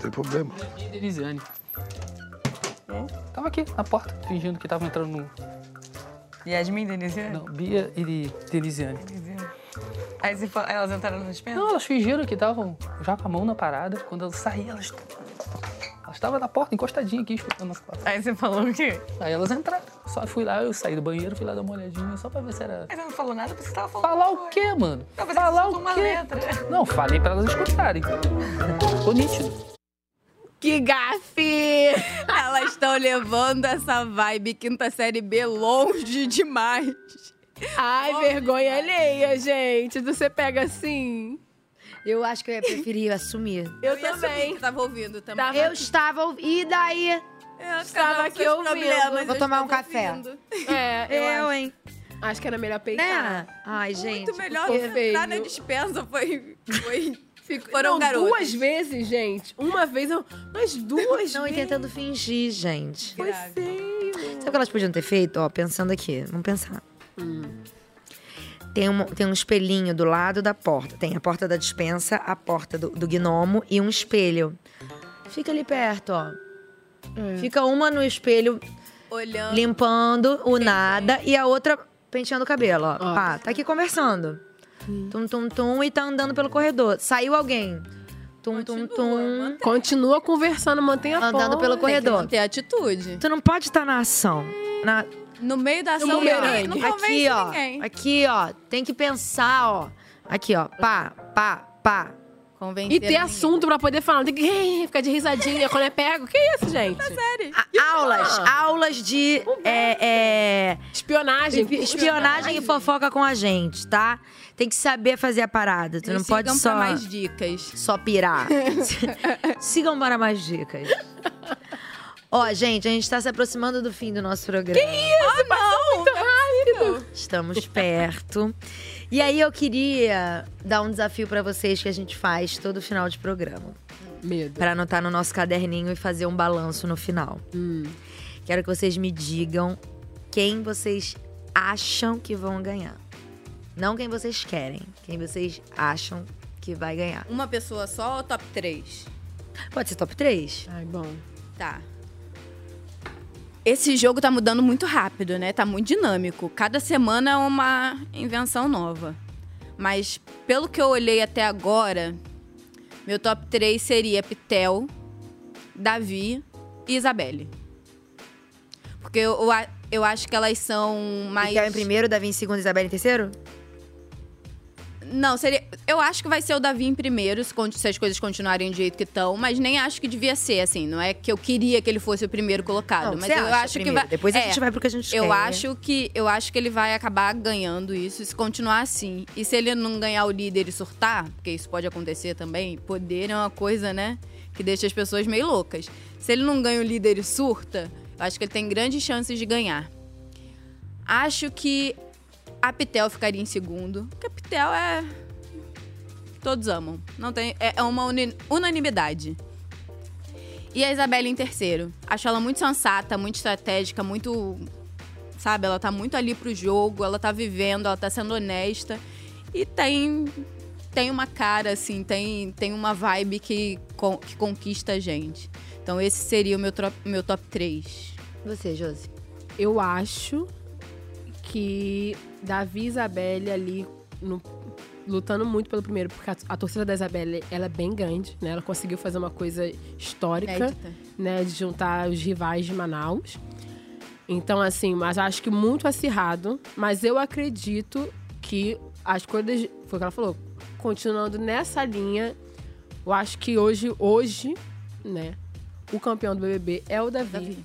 Tem problema.
E Denisiane. Tava aqui, na porta, fingindo que tava entrando no.
Yasmin Denisiane?
Não, Bia e Denisiane.
Aí você fa- elas entraram no espelho?
Não, elas fingiram que estavam já com a mão na parada. Quando eu saí, elas. Elas estavam na porta, encostadinha aqui, escutando nossa palavra.
Aí você falou o quê?
Aí elas entraram. Só fui lá, eu saí do banheiro, fui lá dar uma olhadinha, só pra ver se era.
Aí você não falou nada porque você tava falando.
Falar o quê, mano? Falar o quê? Não, falei pra elas escutarem. Ficou nítido.
Que gafe! Elas estão levando essa vibe quinta série B longe demais.
Ai, vergonha alheia, gente. Você pega assim.
Eu acho que eu ia preferir assumir.
Eu,
ia
também.
assumir que Tava ouvindo também.
Eu estava. ouv- E daí?
Eu
estava aqui ouvindo.
Vou tomar um café.
É,
eu,
acho-
hein?
Acho que era melhor peitar.
Né? Ai, gente.
Muito melhor
ficou feio.
entrar na dispensa foi. foi foram
Foram
garotos.
duas vezes, gente. Uma vez, eu- mas duas
Não, e tentando fingir, gente.
Foi feio.
Sabe o que elas podiam ter feito? Ó, pensando aqui, vamos pensar.
Hum.
Tem, uma- tem um espelhinho do lado da porta. Tem a porta da dispensa, a porta do, do gnomo e um espelho. Fica ali perto, ó. Fica uma no espelho
Olhando.
limpando o nada e a outra penteando o cabelo, ó. Pá, tá aqui conversando. Tum, tum, tum, e tá andando pelo corredor. Saiu alguém. Tum, tum, tum.
Continua conversando, mantém a
Andando pelo
Tem que
corredor.
manter a atitude.
Tu não pode estar na ação. Na...
No meio da ação,
bumerangue.
Tá não convence
aqui, ó.
ninguém.
Aqui, ó. Tem que pensar, ó. Aqui, ó. Pá, pá, pá.
Convencer
E ter assunto pra poder falar. Não Tem que ficar de risadinha quando é pego. Que isso, gente? sério.
Aulas. Aulas de... É, é,
Espionagem.
Espionagem. e fofoca com a gente, tá? Tem que saber fazer a parada. Tu
Eles
não pode
sigam
só...
pra mais dicas.
Só pirar. Tá. Sigam para mais dicas. Ó, gente, a gente tá se aproximando do fim do nosso programa.
isso, passou muito rápido.
é Estamos perto. E aí eu queria dar um desafio pra vocês que a gente faz todo final de programa.
Medo.
Pra anotar no nosso caderninho e fazer um balanço no final.
Hum.
Quero que vocês me digam quem vocês acham que vão ganhar. Não quem vocês querem, quem vocês acham que vai ganhar.
Uma pessoa só ou top 3?
Pode ser top 3?
Ai, bom.
Tá. Esse jogo tá mudando muito rápido, né? Tá muito dinâmico. Cada semana é uma invenção nova. Mas pelo que eu olhei até agora, meu top 3 seria Pitel, Davi e Isabelle. Porque eu, eu, a- eu acho que elas são mais.
Miguel em primeiro, Davi em segundo, Isabela em terceiro?
Não, seria. Eu acho que vai ser o Davi em primeiro, se, con- se as coisas continuarem do jeito que estão, mas nem acho que devia ser, assim. Não é que eu queria que ele fosse o primeiro colocado.
Não,
mas
você
eu
acha
acho
primeiro,
que vai. É,
depois a gente vai pro que a gente
eu
quer.
Acho que, eu acho que ele vai acabar ganhando isso, se continuar assim. E se ele não ganhar o líder e surtar, porque isso pode acontecer também, poder é uma coisa, né? Que deixa as pessoas meio loucas. Se ele não ganha o líder e surta, eu acho que ele tem grandes chances de ganhar. Acho que a Pitel ficaria em segundo. Porque a Pitel é. Todos amam. Não tem... É é uma uni- unanimidade. E a Isabelle em terceiro. Acho ela muito sensata, muito estratégica, muito. Sabe? Ela tá muito ali pro jogo, ela tá vivendo, ela tá sendo honesta. E tem. Tem uma cara, assim, tem, tem uma vibe que, con- que conquista a gente. Então, esse seria o meu, tro- meu top 3.
Você, Josi?
Eu acho que Davi e Isabelle ali no- lutando muito pelo primeiro, porque a, a torcida da Isabelle ela é bem grande, né? Ela conseguiu fazer uma coisa histórica,
Inédita.
né? De juntar os rivais de Manaus. Então, assim, mas acho que muito acirrado. Mas eu acredito que as coisas. Foi o que ela falou. Continuando nessa linha, eu acho que hoje, hoje, né? O campeão do BBB é o Davi.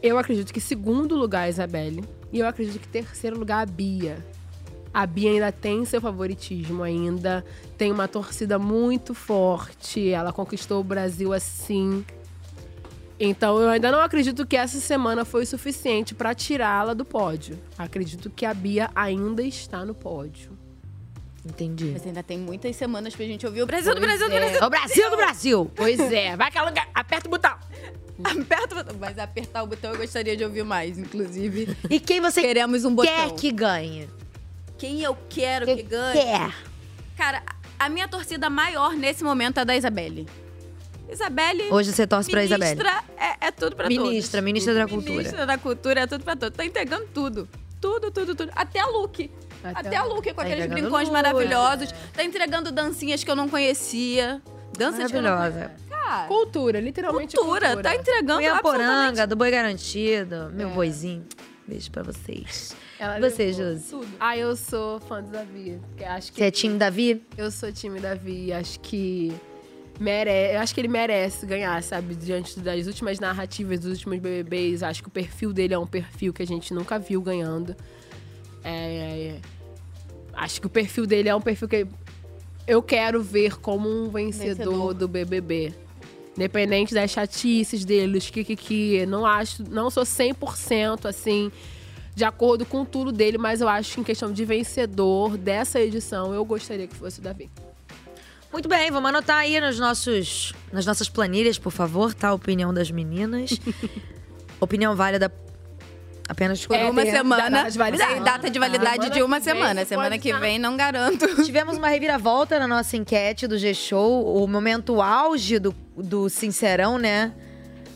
Eu acredito que segundo lugar a Isabelle. E eu acredito que terceiro lugar é a Bia. A Bia ainda tem seu favoritismo, ainda tem uma torcida muito forte. Ela conquistou o Brasil assim. Então eu ainda não acredito que essa semana foi o suficiente pra tirá-la do pódio. Acredito que a Bia ainda está no pódio.
Entendi.
Mas ainda tem muitas semanas pra gente ouvir o Brasil do Brasil do
Pois é.
Brasil.
O Brasil do Brasil!
Pois é, vai que ela aperta o botão.
Aperta o botão. Mas apertar o botão eu gostaria de ouvir mais, inclusive.
E quem você
Queremos um botão.
quer que ganhe?
Quem eu quero que ganhe?
quer?
Cara, a minha torcida maior nesse momento é da Isabelle. Isabelle.
Hoje você torce pra
ministra
Isabelle.
É, é tudo pra todos.
Ministra, ministra da cultura.
Ministra da cultura é tudo pra todos. Tá entregando tudo. Tudo, tudo, tudo. Até a Luke. Até, a Luke com
Tá
aqueles
entregando
brincões
look.
maravilhosos. Tá entregando dancinhas que eu não conhecia. Danças que eu não
Maravilhosa.
Cara,
cultura, literalmente
cultura. Tá entregando
Minha
absolutamente
poranga, do boi garantido. Meu boizinho. Beijo pra vocês.
É. Ela é
E você,
levou
Josi?
Tudo. Ah, eu sou fã do Davi. porque Acho que
Você é time Davi?
Eu sou time Davi. Acho que merece. Eu acho que ele merece ganhar, sabe? Diante das últimas narrativas dos últimos BBBs. Acho que o perfil dele é um perfil que a gente nunca viu ganhando. É, acho que o perfil dele é um perfil que eu quero ver como um vencedor,
Vencedor.
do BBB. Independente das chatices dele, os que, que, que. Não acho. Não sou 100% assim de acordo com tudo dele, mas eu acho que em questão de vencedor dessa edição, eu gostaria que fosse o Davi.
Muito bem, vamos anotar aí nos nossos, nas nossas planilhas, por favor, tá? A opinião das meninas. opinião válida apenas
É uma semana, tem data de validade de uma semana. Semana
Semana
que vem não garanto.
Tivemos uma reviravolta na nossa enquete do G-Show. O momento auge do, do Sincerão, né?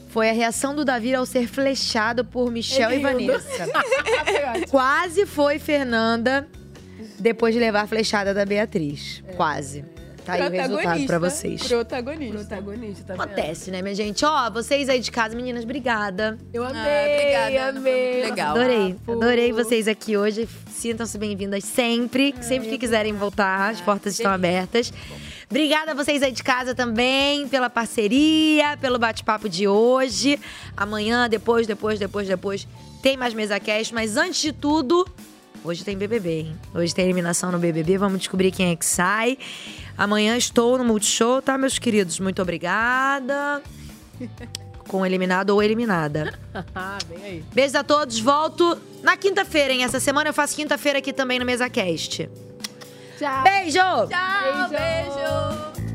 Foi a reação do Davi ao ser flechado por Michel e
Ele rindo.
Vanessa.
É
Quase foi Fernanda depois de levar a flechada da Beatriz. Quase. Tá aí o resultado pra vocês.
Protagonista. Protagonista, tá vendo?
Acontece, né, minha gente? Ó, vocês aí de casa, meninas, obrigada.
Eu amei, amei.
Adorei, adorei vocês aqui hoje. Sintam-se bem-vindas sempre, sempre que quiserem voltar, as portas estão abertas. Obrigada a vocês aí de casa também pela parceria, pelo bate-papo de hoje. Amanhã, depois, depois, depois, depois, tem mais mesa cast, mas antes de tudo, hoje tem BBB, hein? Hoje tem eliminação no BBB, vamos descobrir quem é que sai. Amanhã estou no Multishow, tá, meus queridos? Muito obrigada. Com eliminado ou eliminada.
Ah, Vem aí.
Beijos a todos, volto na quinta-feira, hein? Essa semana eu faço quinta-feira aqui também no MesaCast.
Tchau.
Beijo!
Tchau, beijo.